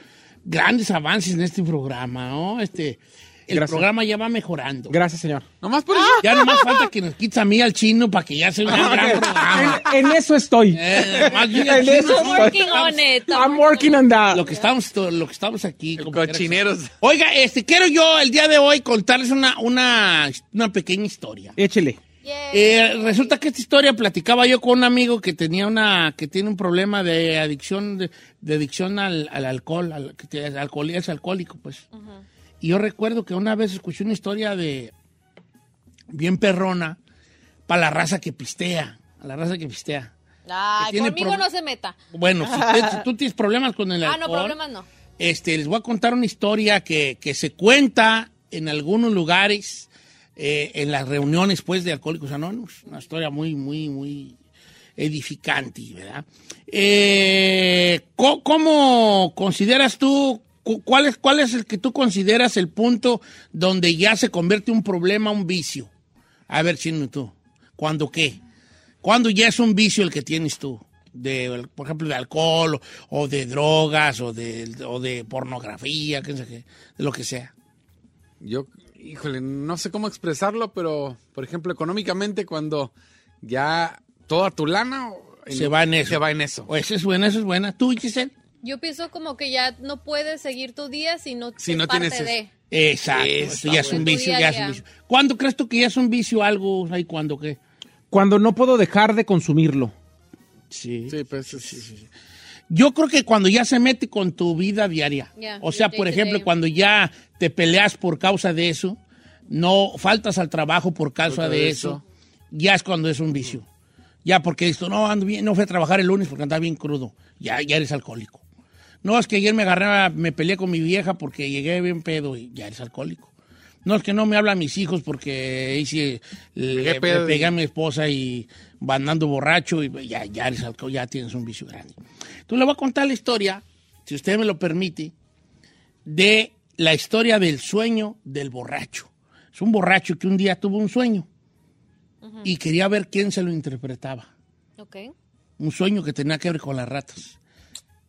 S1: grandes avances en este programa, ¿no? Este, el
S3: Gracias.
S1: programa ya va mejorando.
S3: Gracias, señor.
S2: Nomás por eso.
S1: Ya nomás falta que nos quites a mí al chino para que ya sea un
S4: Ah,
S1: gran programa.
S3: En, en eso estoy.
S1: Eh, nomás
S4: *laughs*
S1: yo y el
S3: En
S1: chino
S3: eso
S1: somos-
S4: Working on it.
S3: I'm working on that.
S1: lo que estamos, lo que estamos aquí. como quiera que sea.
S2: Cochineros.
S1: Oiga, este, quiero yo el día de hoy contarles una, una, una pequeña historia.
S3: Échele.
S4: Yeah.
S1: Eh, resulta que esta historia platicaba yo con un amigo que tenía una, que tiene un problema de adicción, de, de adicción al, al alcohol, al, que te- alcohol- es alcohólico, pues. Y yo recuerdo que una vez escuché una historia de bien perrona para la raza que pistea, a la raza que pistea.
S4: Ay,
S1: tiene
S4: conmigo
S1: prob-
S4: no se meta.
S1: Bueno,
S4: *laughs*
S1: si, usted- si tú tienes problemas con el
S4: Ah,
S1: alcohol.
S4: no, problemas no.
S1: Este, les voy a contar una historia que, que se cuenta en algunos lugares, eh, en las reuniones pues, de Alcohólicos Anónimos. Una historia muy, muy, muy edificante, ¿verdad? Eh, co- ¿Cómo consideras tú, cu- cuál es, cuál es el que tú consideras el punto donde ya se convierte un problema, un vicio? A ver, Chino, tú, ¿cuándo qué? ¿Cuándo ya es un vicio el que tienes tú? De, por ejemplo, de alcohol o, o de drogas o de, o de pornografía, qué sé qué, de lo que sea.
S2: Yo, híjole, no sé cómo expresarlo, pero, por ejemplo, económicamente, cuando ya toda tu lana o-
S1: Se va en eso.
S2: Se va en eso.
S1: O eso es buena, eso es buena. ¿Tú, Giselle?
S4: Yo pienso como que ya no puedes seguir tu día si no,
S2: Si
S4: es
S2: no
S4: parte
S2: tienes
S4: de.
S2: eso.
S1: Exacto. Eso ya es un
S4: bueno.
S1: vicio,
S4: Tu
S1: ya
S4: día a
S1: es un
S4: día.
S1: vicio. ¿Cuándo crees tú que ya es un vicio algo? ¿Ahí cuándo qué?
S3: Cuando no puedo dejar de consumirlo.
S1: Sí.
S2: Sí, pues es-
S1: Yo creo que cuando ya se mete con tu vida diaria.
S4: Ya,
S1: o sea,
S4: day
S1: por
S4: to
S1: ejemplo,
S4: day.
S1: cuando ya te peleas por causa de eso, no faltas al trabajo por causa de eso, ya es cuando es un vicio. Ya porque esto no ando bien, no fui a trabajar el lunes porque andaba bien crudo. Ya ya eres alcohólico. No es que ayer me agarré, a- me peleé con mi vieja porque llegué bien pedo y ya eres alcohólico. No es que no me hablan mis hijos porque hice le, le
S2: pedo y-
S1: pegué a mi esposa y va andando borracho y pues ya ya eres alcohólico, ya tienes un vicio grande. Entonces le voy a contar la historia, si usted me lo permite, de la historia del sueño del borracho. Es un borracho que un día tuvo un sueño y quería ver quién se lo interpretaba.
S4: Ok.
S1: Un sueño que tenía que ver con las ratas.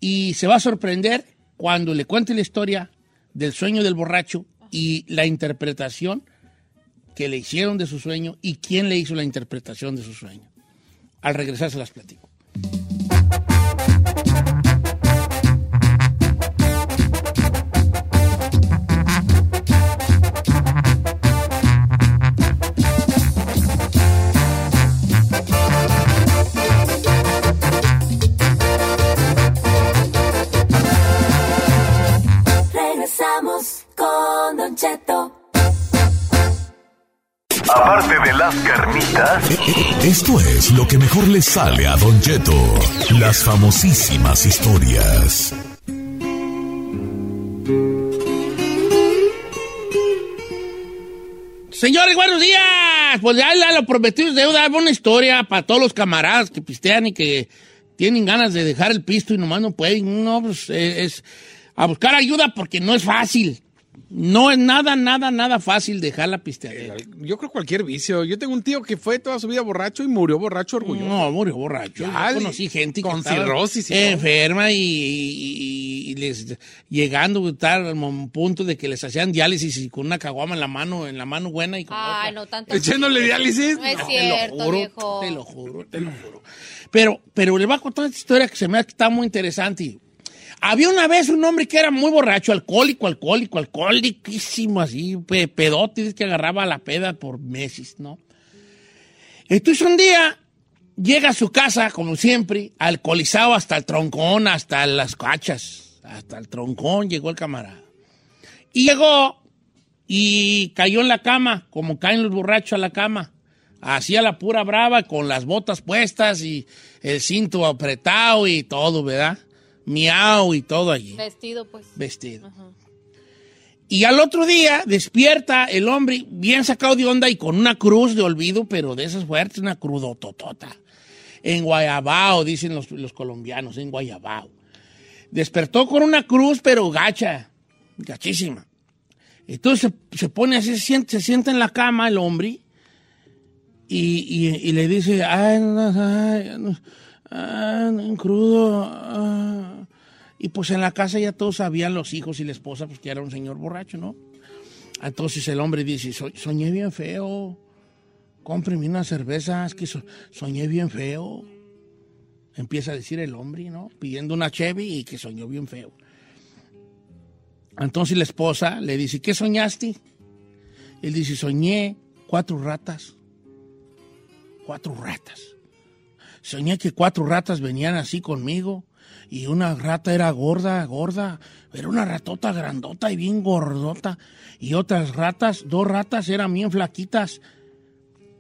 S1: Y se va a sorprender cuando le cuente la historia del sueño del borracho y la interpretación que le hicieron de su sueño y quién le hizo la interpretación de su sueño. Al regresar se las platico.
S6: Regresamos con Don Cheto.
S9: Aparte de las carnitas,
S10: Esto es lo que mejor le sale a Don Cheto. Las famosísimas historias.
S1: Señores, buenos días. Pues ya la- lo prometido es deuda. Hay una historia para todos los camaradas que pistean y que tienen ganas de dejar el pisto y nomás no pueden. No, pues eh, es a buscar ayuda porque no es fácil. No es nada, nada, nada fácil dejar la pisteadera.
S2: Yo creo cualquier vicio. Yo tengo un tío que fue toda su vida borracho y murió borracho *laughs* orgulloso.
S1: No, murió borracho. Yo conocí gente que
S2: con
S1: estaba
S2: cirrosis y todo.
S1: enferma y, y- y les llegando a estar a un punto de que les hacían diálisis y con una caguama en la mano, en la mano buena y con
S4: Ay,
S1: *laughs*
S4: no tanto.
S2: Echándole diálisis.
S4: No es
S1: No, te lo
S4: cierto,
S1: juro,
S4: viejo.
S1: te lo juro, te lo juro. Pero, pero le voy a contar esta historia que se me ha está muy interesante. Había una vez un hombre que era muy borracho, alcohólico, alcohólico, alcohólicísimo, así, pe- pedote, dice que agarraba la peda por meses, ¿no? Entonces un día llega a su casa, como siempre, alcoholizado hasta el troncón, hasta las cachas, hasta el troncón llegó el camarada. Y llegó y cayó en la cama, como caen los borrachos a la cama. Hacía la pura brava con las botas puestas y el cinto apretado y todo, ¿verdad? Miau y todo allí,
S4: Vestido, pues.
S1: vestido. Y al otro día despierta el hombre bien sacado de onda y con una cruz de olvido, pero de esas fuertes, una crudototota. En Guayabao, dicen los, los colombianos, en Guayabao. Despertó con una cruz, pero gacha, gachísima. Entonces se, se pone así, se sienta, se sienta en la cama el hombre y, y- y le dice, ay, no, ay, no, ay, no, crudo. ah". Y pues en la casa ya todos sabían los hijos y la esposa, pues que era un señor borracho, ¿no? Entonces el hombre dice, "So- soñé bien feo, cómpreme unas cervezas, que so- soñé bien feo. Empieza a decir el hombre, ¿no? Pidiendo una Chevy y que soñó bien feo. Entonces la esposa le dice, ¿qué soñaste? Él dice, soñé cuatro ratas. Cuatro ratas. Soñé que cuatro ratas venían así conmigo y una rata era gorda, gorda, era una ratota grandota y bien gordota. Y otras ratas, dos ratas eran bien flaquitas,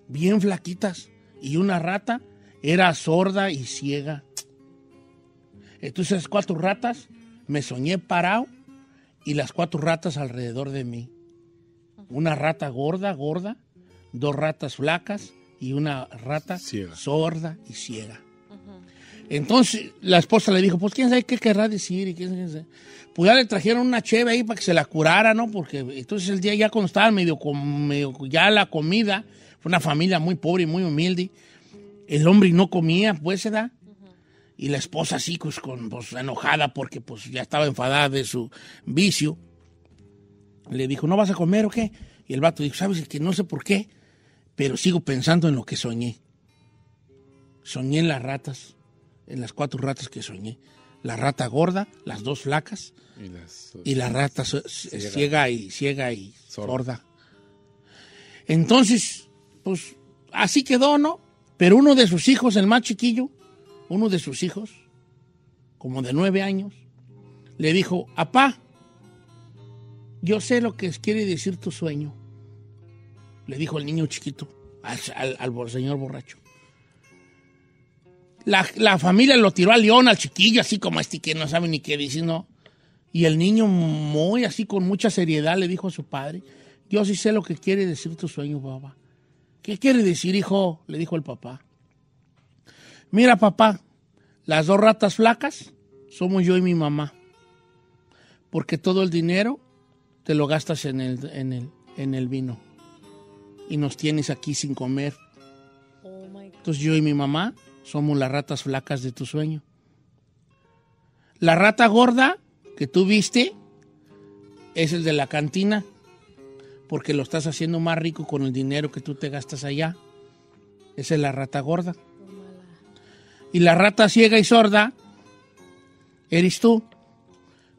S1: bien flaquitas. Y una rata era sorda y ciega. Entonces cuatro ratas me soñé parado y las cuatro ratas alrededor de mí. Una rata gorda, gorda, dos ratas flacas y una rata sorda y ciega. Entonces la esposa le dijo, pues quién sabe qué querrá decir y quién sabe, quién sabe. Pues ya le trajeron una cheve ahí para que se la curara, ¿no? Porque entonces el día ya cuando estaba medio, com- medio ya la comida, fue una familia muy pobre y muy humilde, el hombre no comía, pues se da. Y la esposa así, pues, con, pues, enojada porque pues ya estaba enfadada de su vicio. Le dijo, ¿no vas a comer o qué? Y el vato dijo, ¿sabes que no sé por qué? Pero sigo pensando en lo que soñé. Soñé en las ratas, en las cuatro ratas que soñé. La rata gorda, las dos flacas
S2: Y las- uh,
S1: y la rata so-
S2: Ciega.
S1: ciega y ciega y sorda. Entonces, pues así quedó, ¿no? Pero uno de sus hijos, el más chiquillo, uno de sus hijos, como de nueve años, le dijo, apá, yo sé lo que quiere decir tu sueño. Le dijo el niño chiquito al, al- al bo- señor borracho. La, la familia lo tiró al león, al chiquillo, así como este que no sabe ni qué decir, ¿no? Y el niño, muy así, con mucha seriedad, le dijo a su padre, yo sí sé lo que quiere decir tu sueño, papá. ¿Qué quiere decir, hijo? Le dijo el papá. Mira, papá, las dos ratas flacas somos yo y mi mamá. Porque todo el dinero te lo gastas en el, en el, en el vino. y nos tienes aquí sin comer.
S4: Oh
S1: Entonces yo y mi mamá somos las ratas flacas de tu sueño. La rata gorda que tú viste es el de la cantina, porque lo estás haciendo más rico con el dinero que tú te gastas allá. Esa es la rata gorda. Y la rata ciega y sorda eres tú,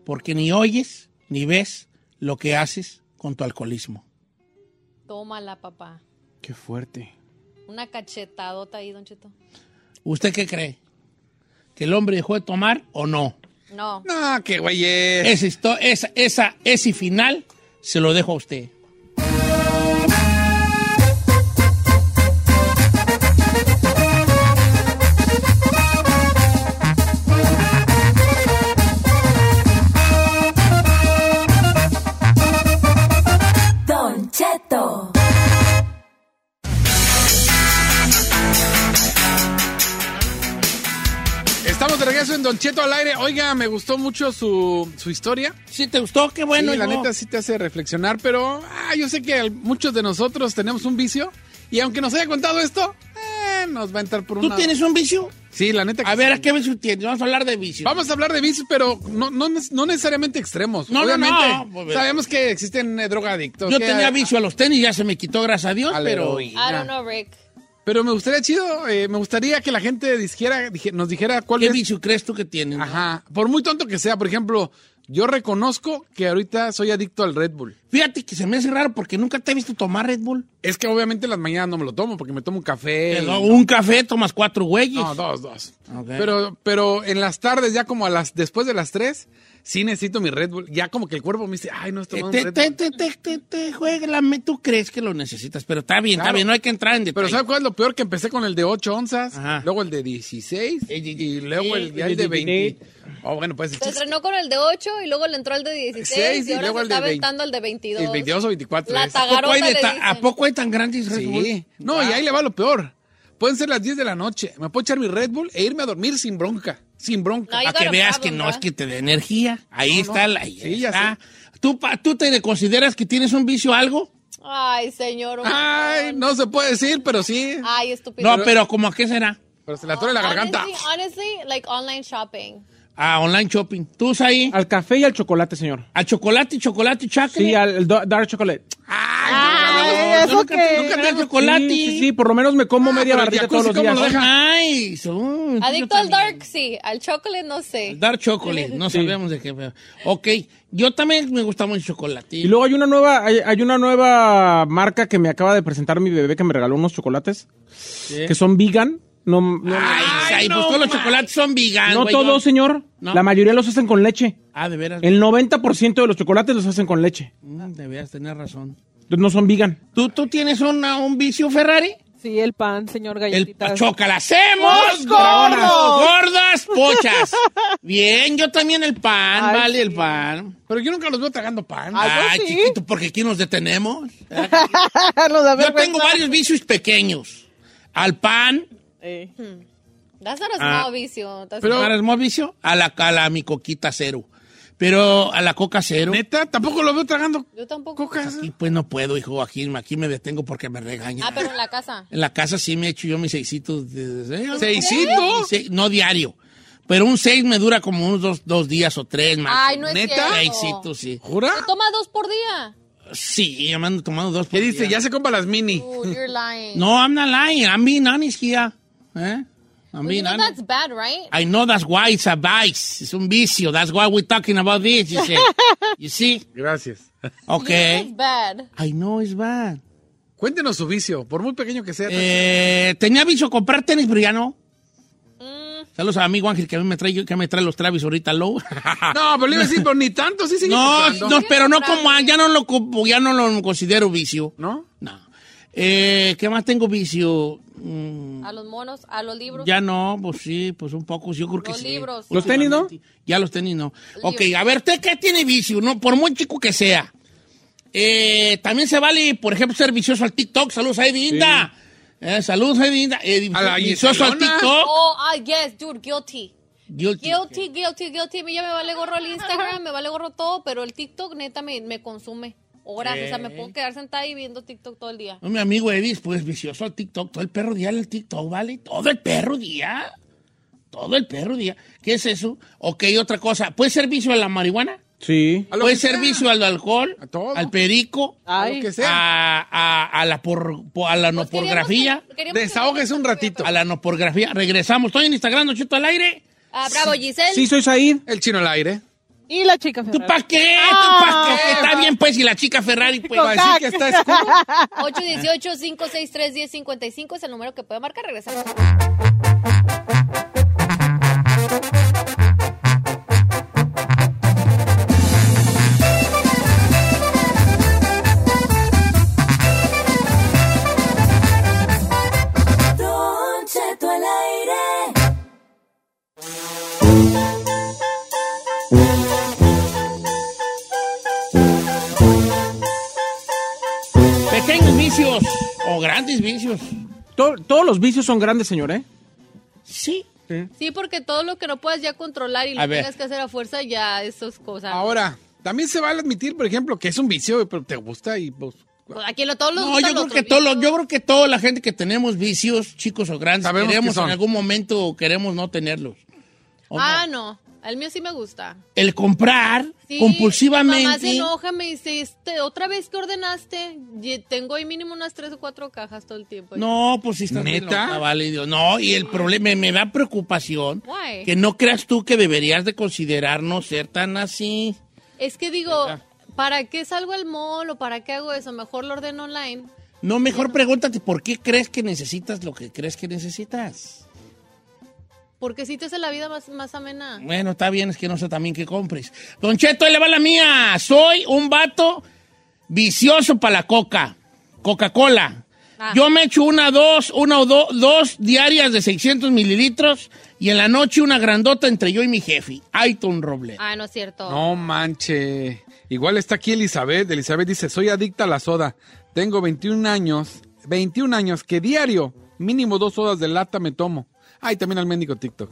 S1: porque ni oyes ni ves lo que haces con tu alcoholismo.
S4: Tómala, papá.
S3: Qué fuerte.
S4: Una cachetadota ahí, Don Cheto.
S1: ¿Usted qué cree? ¿Que el hombre dejó de tomar o no?
S4: No.
S2: No, qué güey
S1: Ese, histo- esa, esa, ese final se lo dejo a usted.
S6: Don Cheto.
S2: Estamos de regreso en Don Cheto al aire. Oiga, me gustó mucho su, su historia.
S1: Sí, te gustó, qué bueno.
S2: la
S1: hijo.
S2: neta sí te hace reflexionar, pero ah, yo sé que al- muchos de nosotros tenemos un vicio. Y aunque nos haya contado esto, eh, nos va a entrar por
S1: ¿Tú
S2: una...
S1: tienes un vicio?
S2: Sí, la neta que
S1: A ver,
S2: sí.
S1: ¿a qué vicio tienes? Vamos a hablar de vicios.
S2: Vamos a hablar de vicios, pero no, no, ne- no necesariamente extremos.
S1: No, no,
S2: Obviamente,
S1: no, pues,
S2: sabemos que existen eh, drogadictos.
S1: Yo
S2: que-
S1: tenía vicio a los tenis, ya se me quitó, gracias a Dios,
S2: a la
S1: pero...
S2: heroína.
S4: I don't know, Rick.
S2: Pero me gustaría, chido, eh, me gustaría que la gente dijera, dije- nos dijera cuál
S1: ¿Qué
S2: es.
S1: vicio crees tú que tienes?
S2: Ajá. Por muy tonto que sea, por ejemplo, yo reconozco que ahorita soy adicto al Red Bull.
S1: Fíjate que se me hace raro porque nunca te he visto tomar Red Bull.
S2: Es que obviamente las mañanas no me lo tomo porque me tomo un café.
S1: Te
S2: y-
S1: doy un café, tomas cuatro güeyes.
S2: Eh, No, dos, dos.
S1: Ok.
S2: Pero, pero en las tardes, ya como a las, después de las tres, sí necesito mi Red Bull. Ya como que el cuerpo me dice, ay, no estoy
S1: Eh,
S2: tomando
S1: te,
S2: Red
S1: te,
S2: Bull.
S1: te, te, te, te, juéglame, tú crees que lo necesitas, pero está bien, está
S2: Claro.
S1: bien, no hay que entrar en detalle.
S2: Pero ¿sabes cuál es lo peor? Que empecé con el de 8 onzas,
S1: Ajá.
S2: luego el de 16 y luego el, ya
S1: eh,
S2: el de
S1: eh,
S2: 20. Oh, bueno, pues
S4: Se entrenó con el de 8 y luego le entró al de 16
S2: Seis,
S4: y
S2: y
S4: ahora
S2: luego
S4: se
S2: al de
S4: está
S2: vein-
S4: aventando al de 22.
S2: el 22 o 24.
S4: La
S2: es.
S1: ¿A poco, hay
S4: tagarota
S1: de
S4: le
S1: ta-
S4: dicen.
S1: ¿A poco hay tan grandes Red Bull?
S2: Sí. No, y ahí le va lo peor. Pueden ser las 10 de la noche. Me puedo echar mi Red Bull e irme a dormir sin bronca. Sin bronca.
S4: No, you
S1: Para que
S4: got a
S1: veas que
S4: problem,
S1: no
S4: ¿verdad?
S1: es que te dé energía. Ahí
S2: No,
S1: está
S2: no.
S1: la ahí
S2: Sí, ya
S1: está. ¿Tú, pa- ¿Tú te consideras que tienes un vicio a algo?
S4: Ay, señor. un
S2: Ay,
S4: montón.
S2: no se puede decir, pero sí.
S4: Ay, estúpido.
S1: No, pero ¿cómo a qué será?
S2: Pero se la torre la garganta.
S4: Honestly, honestly, like online shopping.
S1: A online shopping. ¿Tú ahí?
S3: Al café y al chocolate, señor.
S1: A chocolate, chocolate, chocolate.
S3: Sí, al do- dark chocolate.
S5: Ay, eso
S1: nunca te-
S5: que...
S1: nunca te- chocolate.
S3: Sí, sí, sí, por lo menos me como media
S2: Ah, pero el
S3: barrita todos
S2: jacuzzi,
S3: los
S2: ¿cómo
S3: días.
S2: lo deja?
S1: Nice. Mm, yo
S4: Adicto
S1: también.
S4: al dark, sí. Al chocolate, no sé.
S1: Dark chocolate. No sabemos de qué. pero- Ok. Yo también me gusta mucho el chocolate.
S3: Y luego hay una nueva, hay, hay una nueva marca que me acaba de presentar mi bebé que me regaló unos chocolates que son vegan. No, no,
S1: Ay, ay, pues todos los chocolates son veganos.
S3: no
S1: güey,
S3: todos,
S1: yo-
S3: señor.
S1: No.
S3: La mayoría los hacen con leche.
S1: Ah, de veras.
S3: El 90% de los chocolates los hacen con leche.
S1: Mm, de veras, tener razón.
S3: Entonces no son vegan.
S1: ¿Tú, tú tienes una- un vicio, Ferrari?
S5: Sí, el pan, señor
S1: El
S5: Galletitas.
S1: pachoca, la hacemos.
S5: ¡Los gordos!
S1: Gordas,
S5: *laughs*
S1: pochas. Bien, yo también el pan,
S5: Ay,
S1: vale,
S5: sí.
S1: el pan.
S2: Pero yo nunca los veo tragando pan.
S5: Ay, yo
S1: Ay,
S5: sí.
S1: chiquito, porque aquí nos detenemos.
S5: *laughs* Los de
S1: Yo tengo
S5: vergüenza.
S1: varios vicios pequeños. Al pan,
S5: Eh.
S4: That's not a
S1: Ah.
S4: small vicio. That's
S1: pero,
S4: not-
S1: ¿para el más vicio? A la, a la mi coquita cero. Pero a la coca cero.
S2: Neta, tampoco los veo tragando
S4: Yo tampoco.
S2: cocas.
S1: Aquí pues no puedo, hijo. Aquí, aquí me detengo porque me regañan.
S4: Ah, pero en la casa.
S1: En la casa sí me he hecho yo mis seisitos. de- de- de-
S2: ¿Seisito?
S1: Sí, no diario. Pero un seis me dura como unos dos, dos días o tres más.
S4: Ay, no es
S2: ¿Neta?
S4: cierto.
S1: Seisitos, sí.
S2: ¿Jura?
S4: Tú Toma dos por día.
S1: Sí, ya me ando tomando dos.
S2: ¿Qué
S1: por
S2: dice?
S1: día.
S2: Ya se compra las mini.
S4: Dude, you're lying.
S1: No, I'm not lying. I'm being honest here. ¿Eh? I'm
S4: Well, you
S1: being
S4: know
S1: honest.
S4: Pues that's bad, right?
S1: I know that's why it's a vice. Es un vicio. That's why we're talking about this,
S4: *laughs*
S1: you see. You see?
S2: Gracias.
S4: It's
S1: Okay.
S4: bad.
S1: I know it's bad.
S2: Cuéntenos su vicio, por muy pequeño que sea.
S1: Eh, tenía vicio comprar tenis, pero ya no. Saludos a mi amigo Ángel que a mí me trae, que me trae los Travis ahorita low. *laughs*
S2: No, pero le iba a decir, pero ni tanto, sí, sigue
S1: No,
S2: comprando.
S1: no, pero no como ya no lo ocupo, ya no lo considero vicio.
S2: ¿No?
S1: No. Eh, ¿Qué más tengo vicio? Mm,
S4: A los monos, a los libros.
S1: ya no, pues sí, pues un poco, yo creo que
S4: Los
S1: sí.
S4: libros.
S3: ¿Los tenis no?
S1: Últimamente. Ya los tenis no.
S4: Libros.
S1: Ok, a ver, ¿usted qué tiene vicio? No, por muy chico que sea. Eh, también se vale, por ejemplo, ser vicioso al TikTok. Saludos a Eddie Inda. Eh, saludos a Eddie Inda. Eh,
S2: A la
S1: vicioso al
S2: Giselona.
S1: TikTok.
S4: Oh, ah, yes, dude, guilty.
S1: Guilty.
S4: Guilty, guilty, guilty. A mí ya me vale gorro el Instagram, me vale gorro todo, pero el TikTok neta me, me consume. horas.
S1: Sí.
S4: O sea, me puedo quedar sentada y viendo TikTok todo el día.
S1: No, Mi amigo Edis, pues vicioso al TikTok. Todo el perro día el TikTok, ¿vale? Todo el perro día. Todo el perro día. ¿Qué es eso? Ok, otra cosa. ¿Puede ser vicio a la marihuana?
S3: Sí.
S2: lo
S1: ¿Puede
S2: que
S1: ser
S2: sea.
S1: vicio al alcohol?
S2: todo.
S1: ¿Al perico?
S2: A lo que sea.
S1: A, a- a la, por, a la noporgrafía.
S4: queríamos Pues que-
S1: Desahógese un ratito. A la noporgrafía. Regresamos. Estoy en Instagram, Don Cheto al aire.
S4: Ah, bravo, Giselle.
S3: soy Said.
S2: El chino al aire. Ah,
S5: Y la chica
S1: ¿Tú para qué? ¿Tú pa' qué? Está bien, pues, y la chica Ferrari, pues.
S2: Para decir Ah, que está escudo.
S4: 818-563-1055 es el número que puede marcar. Regresamos.
S6: Don Cheto al aire.
S1: Pequeños vicios o grandes vicios.
S3: To- todos los vicios son grandes, señor, ¿eh?
S1: Sí.
S4: Sí, porque todo lo que no puedas ya controlar y
S2: A
S4: lo
S2: ver.
S4: tengas que hacer a fuerza, ya esas cosas.
S2: Ahora, también se vale admitir, por ejemplo, que es un vicio, pero te gusta y pues.
S4: Pues Aquí lo, todos los
S1: No,
S4: gustan
S1: yo creo,
S4: los
S1: que
S4: otros
S1: todos los- yo creo que toda la gente que tenemos vicios, chicos o grandes,
S2: Sabemos
S1: queremos
S2: que son.
S1: en algún momento o queremos no tenerlos.
S4: vi- Ah, no. El mío sí me gusta.
S1: El comprar
S4: Sí,
S1: compulsivamente.
S4: Mamá se enoja, me dice, este, otra vez que ordenaste, Ye- tengo ahí mínimo unas tres o cuatro cajas todo el tiempo.
S1: No, pues si está bien
S2: ¿Neta?
S1: loca, vale, Dios. No, y el problema, me, me da preocupación
S4: Why?
S1: que no creas tú que deberías de considerarnos ser tan así.
S4: Es que digo, ¿para qué salgo al mall o para qué hago eso? Mejor lo ordeno online.
S1: No, mejor pregúntate por qué crees que necesitas lo que crees que necesitas.
S4: Porque si te hace la vida más, más amena.
S1: Bueno, está bien, es que no sé también qué compres. Don Cheto, ahí le va la mía. Soy un vato vicioso para la coca, Coca-Cola.
S4: Ah.
S1: Yo me echo una, dos, una o do- dos diarias de 600 mililitros y en la noche una grandota entre yo y mi jefe, Aiton Robles.
S4: Ah, no es cierto.
S2: No manche. Igual está aquí Elizabeth. Elizabeth dice, soy adicta a la soda. Tengo 21 años, 21 años que diario mínimo dos sodas de lata me tomo. Ay, también al mendigo TikTok.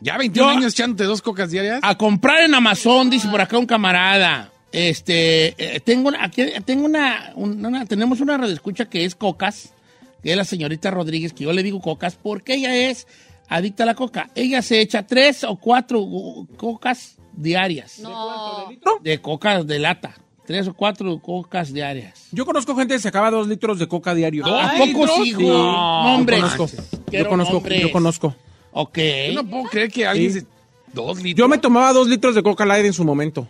S2: Ya 21
S1: Yo-
S2: años echándote dos cocas diarias.
S1: A comprar en Amazon, dice por acá un camarada. Este, eh, tengo una, aquí, tengo una, un- una- tenemos una radioescucha que es Cocas, que es la señorita Rodríguez, que yo le digo Cocas porque ella es adicta a la coca. Ella se echa tres o cuatro uh, cocas diarias.
S4: No.
S1: De cocas de lata. Tres o cuatro cocas diarias.
S3: Yo conozco gente que se acaba dos litros de coca diario.
S1: ¿A poco sí, güey? No, hombre.
S3: Yo conozco.
S1: Quiero
S3: Yo conozco.
S1: nombres.
S3: Yo conozco.
S1: Ok.
S2: Yo no puedo creer que alguien...
S3: Sí.
S2: se- Dos litros.
S3: Yo me tomaba dos litros de coca light en su momento.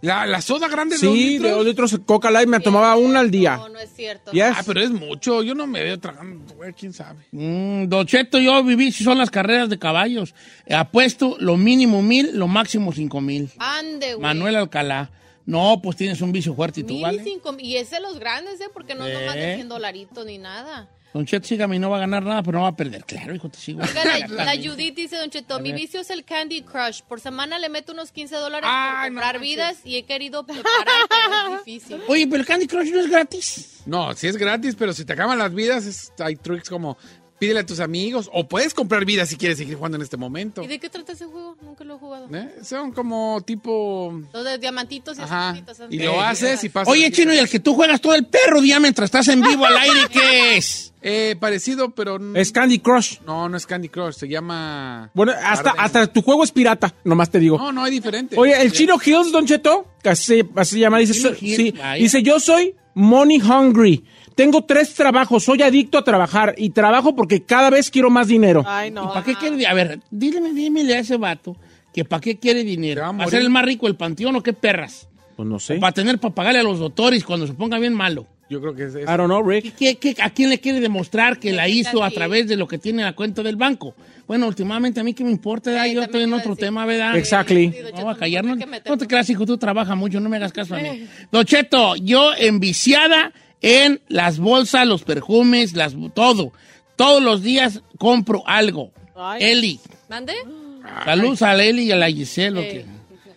S2: La, la soda grande de dos
S3: Sí, de
S2: litros.
S3: dos litros de coca light me tomaba una al día.
S4: No, no es cierto.
S3: Yes.
S2: Ah, pero es mucho. Yo no me veo tragando, güey, quién sabe.
S1: Mm, Don Cheto, yo viví, si son las carreras de caballos. Apuesto lo mínimo mil, lo máximo cinco mil.
S4: Ande, güey.
S1: Manuel Alcalá. No, pues tienes un vicio fuerte y tú,
S4: Mil y
S1: ¿vale?
S4: cinco mil. y ese los grandes, ¿eh? Porque no es nomás de
S1: Eh.
S4: 100 dolaritos ni nada.
S1: Don Cheto, sígame, no va a ganar nada, pero no va a perder. Claro, hijo, te sigo.
S4: Oiga,
S1: *laughs*
S4: la, la Judith dice, Don Cheto, mi vicio es el Candy Crush. Por semana le meto unos 15 dólares
S2: Ay,
S4: para
S2: no
S4: comprar
S2: manches.
S4: vidas y he querido preparar, pero es difícil.
S1: Oye, pero el Candy Crush no es gratis.
S2: No, si es gratis, pero si te acaban las vidas, es- hay trucs como pídele a tus amigos o puedes comprar vidas si quieres seguir jugando en este momento.
S4: ¿Y de qué trata ese juego? Nunca lo he jugado.
S2: ¿Eh? Son como tipo...
S4: Los de diamantitos y
S2: Ajá.
S4: esas cositas.
S2: Y lo haces y pasa.
S1: Oye, Chino, y el que tú juegas todo el perro día mientras estás en vivo al aire, ¿qué
S4: *laughs*
S1: es?
S2: Eh, parecido, pero... n-
S3: Es Candy Crush.
S2: No, no es Candy Crush, se llama...
S3: Bueno, hasta,
S2: Garden.
S3: hasta tu juego es pirata, nomás te digo.
S2: No, no, es diferente.
S3: Oye, el Chino Hills, Don Cheto, que así, así se llama, dice,
S1: Chino
S3: so-
S1: Hills,
S3: sí,
S1: vaya.
S3: dice, yo soy money hungry, tengo tres trabajos, soy adicto a trabajar y trabajo porque cada vez quiero más dinero.
S5: Ay, no.
S1: ¿Para qué quiere? A ver, dile, dímele a ese vato que para qué quiere dinero.
S2: va a
S1: ¿Para ser
S2: morir.
S1: el más rico del panteón o qué perras?
S3: Pues no sé.
S1: Para tener, para pagarle a los doctores cuando se ponga bien malo.
S2: Yo creo que es...
S3: I
S2: es-
S3: don't know,
S1: ¿Y
S3: Rick.
S1: qué- qué- ¿A quién le quiere demostrar que la
S4: Sí,
S1: hizo a
S4: sí.
S1: través de lo que tiene en la cuenta del banco? Bueno, últimamente a mí que me importa, ¿verdad?
S4: Sí,
S1: yo
S4: también
S1: estoy en
S4: iba a
S1: otro
S4: decir.
S1: tema, ¿verdad?
S3: Exactly.
S4: Sí, Don Cheto,
S1: No, a callar,
S4: no
S1: no,
S4: hay que
S1: no
S4: meternos.
S1: te creas, hijo, tú trabajas mucho, no me hagas caso a
S4: *laughs*
S1: mí. Don Cheto, yo enviciada en las bolsas, los perfumes, las, todo. Todos los días compro algo.
S5: Ay.
S1: Eli.
S4: ¿Mande?
S1: Saludos a la Eli y a la Giselle.
S4: Eh.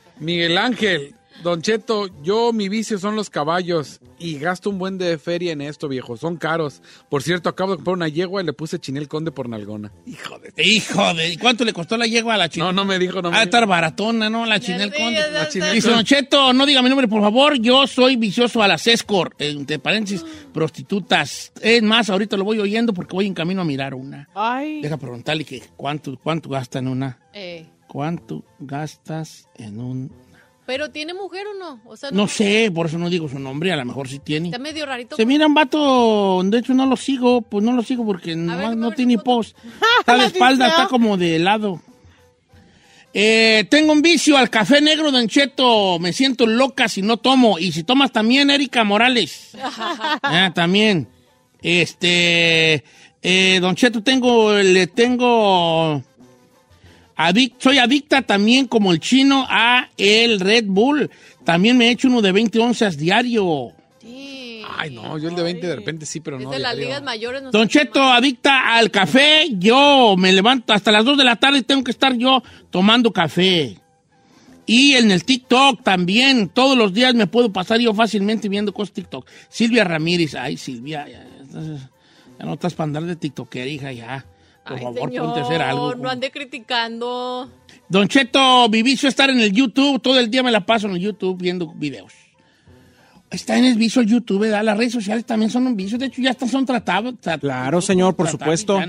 S1: ok.
S2: Miguel Ángel, Don Cheto, yo mi vicio son los caballos y gasto un buen de feria en esto, viejo. Son caros. Por cierto, acabo de comprar una yegua y le puse Chinel Conde por nalgona.
S1: Hijo de... Hijo de... ¿y ¿Cuánto le costó la yegua a la Chinel?
S2: No, no me dijo, no me
S1: Ah, estar baratona, ¿no? La Chinel Conde. Dice, Don Cheto, no diga mi nombre, por favor. Yo soy vicioso a las escort, entre paréntesis, prostitutas. Es más, ahorita lo voy oyendo porque voy en camino a mirar una.
S5: Ay.
S1: Deja preguntarle que cuánto, cuánto gasta en una.
S4: Eh,
S1: ¿Cuánto gastas en un...?
S4: ¿Pero tiene mujer o no? O sea,
S1: No sé, por eso no digo su nombre, a lo mejor sí tiene.
S4: Está medio rarito.
S1: Se mira un vato, de hecho no lo sigo, pues no lo sigo porque nomás no tiene ni post. *laughs* Está de espalda, está como de lado. Eh, tengo un vicio al café negro, Don Cheto. Me siento loca si no tomo. Y si tomas también, Erika Morales. Ah, también. Este, eh, Don Cheto, tengo, le tengo... Adic- soy adicta también como el chino a el Red Bull. También me he hecho uno de 20 onzas diario. Ah,
S2: Ay, no, yo el de 20 de repente sí, pero no.
S4: de las
S2: diario.
S4: ligas mayores. No
S1: Don Cheto, adicta al café, yo me levanto hasta las 2 de la tarde, tengo que estar yo tomando café. Y en el TikTok también, todos los días me puedo pasar yo fácilmente viendo cosas TikTok. Silvia Ramírez, ay Silvia, ya, estás- ya no estás para andar de TikToker, hija, ya. Por
S4: Ay,
S1: favor,
S4: señor,
S1: ponte a hacer algo.
S4: No ande criticando.
S1: Don Cheto, mi vicio es estar en el YouTube. Todo el día me la paso en el YouTube viendo videos. Está en el vicio el YouTube, ¿verdad? Las redes sociales también son un vicio. De hecho, ya están, son tratados.
S3: Claro, señor, por supuesto.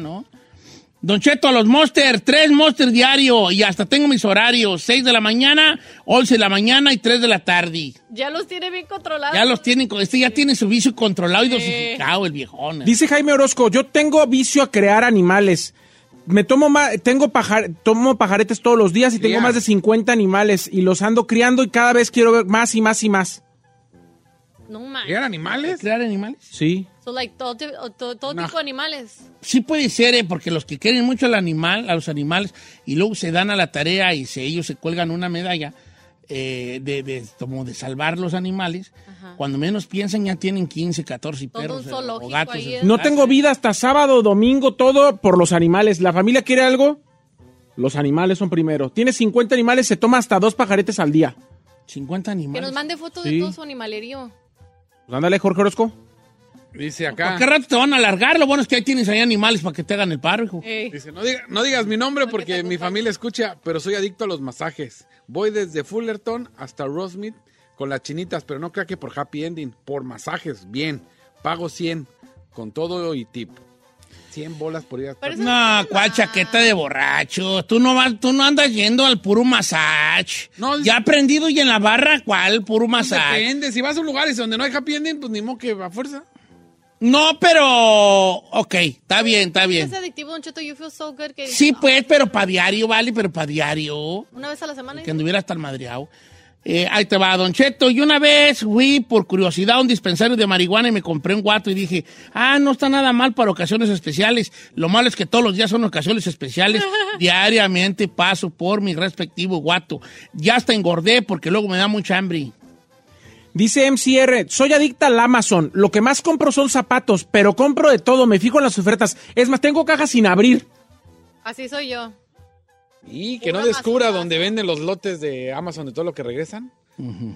S1: Don Cheto, los Monster, tres Monster diario. Y hasta tengo mis horarios: 6 de la mañana, 11 de la mañana y 3 de la tarde.
S4: Ya los tiene bien controlados.
S1: Ya los tienen, con- este ya tiene su vicio controlado y dosificado, el viejón.
S3: Dice Jaime Orozco, yo tengo vicio a crear animales. Me tomo ma- tengo pajar- tomo pajaretes todos los días y tengo
S1: Cría.
S3: más de 50 animales y los ando criando y cada vez quiero ver más y más y más.
S4: No manches.
S1: ¿Crear animales? ¿Crear animales?
S3: Sí.
S4: So, like, todo, ti- o to- todo
S1: Nah.
S4: tipo de animales.
S1: Sí puede ser, ¿eh? porque los que quieren mucho al animal, a los animales, y luego se dan a la tarea y se, ellos se cuelgan una medalla eh, de, de- como de salvar los animales, cuando menos piensan ya tienen 15, 14
S4: Todo
S1: perros
S4: un
S1: eh, Ah, o
S4: zoológico
S1: gatos.
S4: ahí,
S1: en
S4: ¿eh?
S1: su
S3: No
S1: casa.
S3: tengo vida hasta sábado, domingo, todo por los animales. ¿La familia quiere algo? Los animales son primero. Tiene 50 animales, se toma hasta dos pajaretes al día.
S1: 50
S4: Que
S1: animales.
S4: nos mande fotos
S3: Sí.
S4: de todo su animalerío.
S3: Pues ándale, Jorge Orozco.
S2: Dice acá.
S1: ¿Por qué rato te van a alargar? Lo bueno es que ahí tienes ahí animales para que te hagan el paro, hijo.
S4: Eh,
S2: Dice, no, diga- no digas mi nombre porque mi familia escucha, pero soy adicto a los masajes. Voy desde Fullerton hasta Rosemead con las chinitas, pero no crea que por happy ending, por masajes, bien. Pago 100 con todo y tip. 100 bolas por ir hasta...
S1: No, cuál chaqueta de borracho. Tú no vas, tú no andas yendo al puro massage. ya aprendido y en la barra, ¿cuál puro massage?
S2: Depende, si vas a un lugar y donde no hay happy ending, pues ni modo que a fuerza.
S1: No, pero. Ok, está bien, está bien.
S4: Es adictivo, Don Cheto. You feel so good. Que
S1: Sí, pues, pero para diario, vale, pero para diario.
S4: Una vez a la semana.
S1: Que anduviera hasta el madreado. Eh, ahí te va, Don Cheto. Y una vez fui por curiosidad a un dispensario de marihuana y me compré un guato y dije, ah, no está nada mal para ocasiones especiales. Lo malo es que todos los días son ocasiones especiales. Diariamente paso por mi respectivo guato. Ya hasta engordé porque luego me da mucha hambre.
S3: Dice MCR, soy adicta al Amazon. Lo que más compro son zapatos, pero compro de todo, me fijo en las ofertas. Es más, tengo cajas sin abrir.
S4: Así soy yo.
S2: Y que no descubra dónde venden los lotes de Amazon de todo lo que regresan.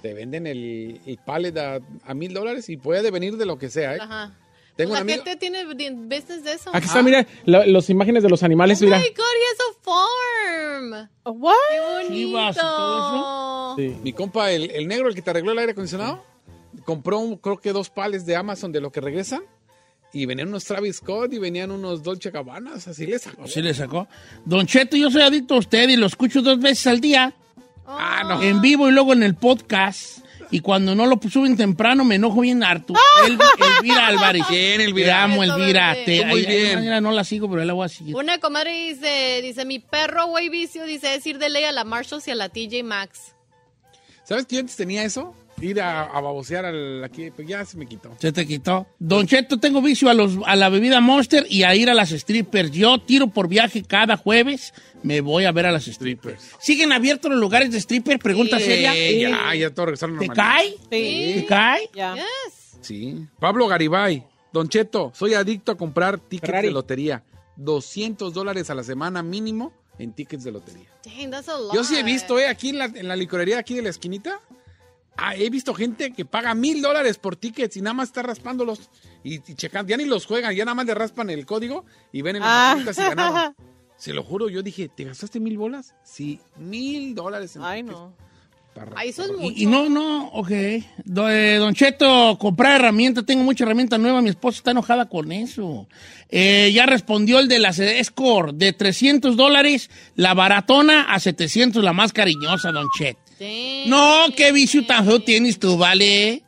S2: Te venden el, el pallet a, a mil dólares y puede venir de lo que sea, ¿eh?
S4: Ajá.
S2: Tengo
S4: la
S2: un amigo-
S4: gente tiene bien- business de eso.
S3: Aquí está, mira, la- las imágenes de los animales,
S4: Oh
S3: Ah, mira.
S4: my God, he has a farm.
S5: What?
S4: Qué bonito.
S2: Mi compa, el, el negro, el que te arregló el aire acondicionado, compró un- creo que dos pales de Amazon de lo que regresan. Y venían unos Travis Scott y venían unos Dolce Gabbana. Así les sacó.
S1: Así Pues le sacó. Don Cheto, yo soy adicto a usted y lo escucho dos veces al día.
S2: Ah, no.
S1: En vivo y luego en el podcast. Y cuando no lo suben temprano, me enojo bien
S2: *laughs*
S1: harto. El- Elvira Álvarez.
S2: Bien, Elvira.
S1: Te amo,
S4: Eso,
S1: Elvira.
S4: bebé.
S1: Te,
S2: Tú muy
S1: ay, ay,
S2: bien.
S1: mira, no la sigo, pero la voy a seguir.
S4: Una comadre dice, dice, mi perro, güey, vicio, dice, es ir de ley a la Marshalls y a la TJ Maxx.
S2: ¿Sabes que yo antes tenía eso? Ir a, a babosear al aquí. Pues ya se me quitó.
S1: Se te quitó. Don Cheto, tengo vicio a, los, a la bebida Monster y a ir a las strippers. Yo tiro por viaje cada jueves. Me voy a ver a las strippers. ¿Siguen abiertos los lugares de stripper? Pregunta
S2: Sí,
S1: seria.
S2: Eh, Ya, ya todo regresaron a la
S1: Eh, ¿Te
S2: normalidad.
S1: cae? ¿Te cae?
S5: Ya.
S2: Sí. Pablo Garibay. Don Cheto, soy adicto a comprar tickets
S3: Ferrari.
S2: de lotería. 200 dólares a la semana mínimo en tickets de lotería.
S4: Dang, that's a lot.
S2: Yo sí he visto, eh, aquí en la, en la licorería aquí de la esquinita, Ah, he visto gente que paga mil dólares por tickets y nada más está raspándolos y, y checando. Ya ni los juegan, ya nada más le raspan el código y ven en las preguntas si *laughs* ganaron. Se lo juro, yo dije, ¿te gastaste mil bolas? Sí, mil dólares. Ay, no.
S4: Ahí eso es mucho.
S1: Y, y no, no, ok. Do- eh, don Cheto, comprar herramientas. Tengo mucha herramienta nueva. Mi esposa está enojada con eso. Eh, ya respondió el de la Score. De 300 dólares, la baratona a 700, la más cariñosa, Don Cheto. No, qué vicio tan feo tienes tú, vale.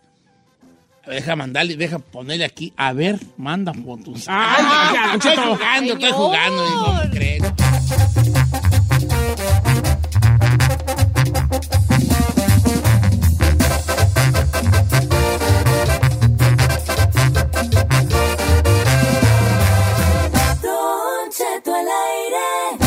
S1: Deja mandarle, deja ponerle aquí. A ver, manda fotos. Ay, ya, estoy jugando, estoy jugando. hijo, ¿cómo crees?
S6: Don Cheto al aire.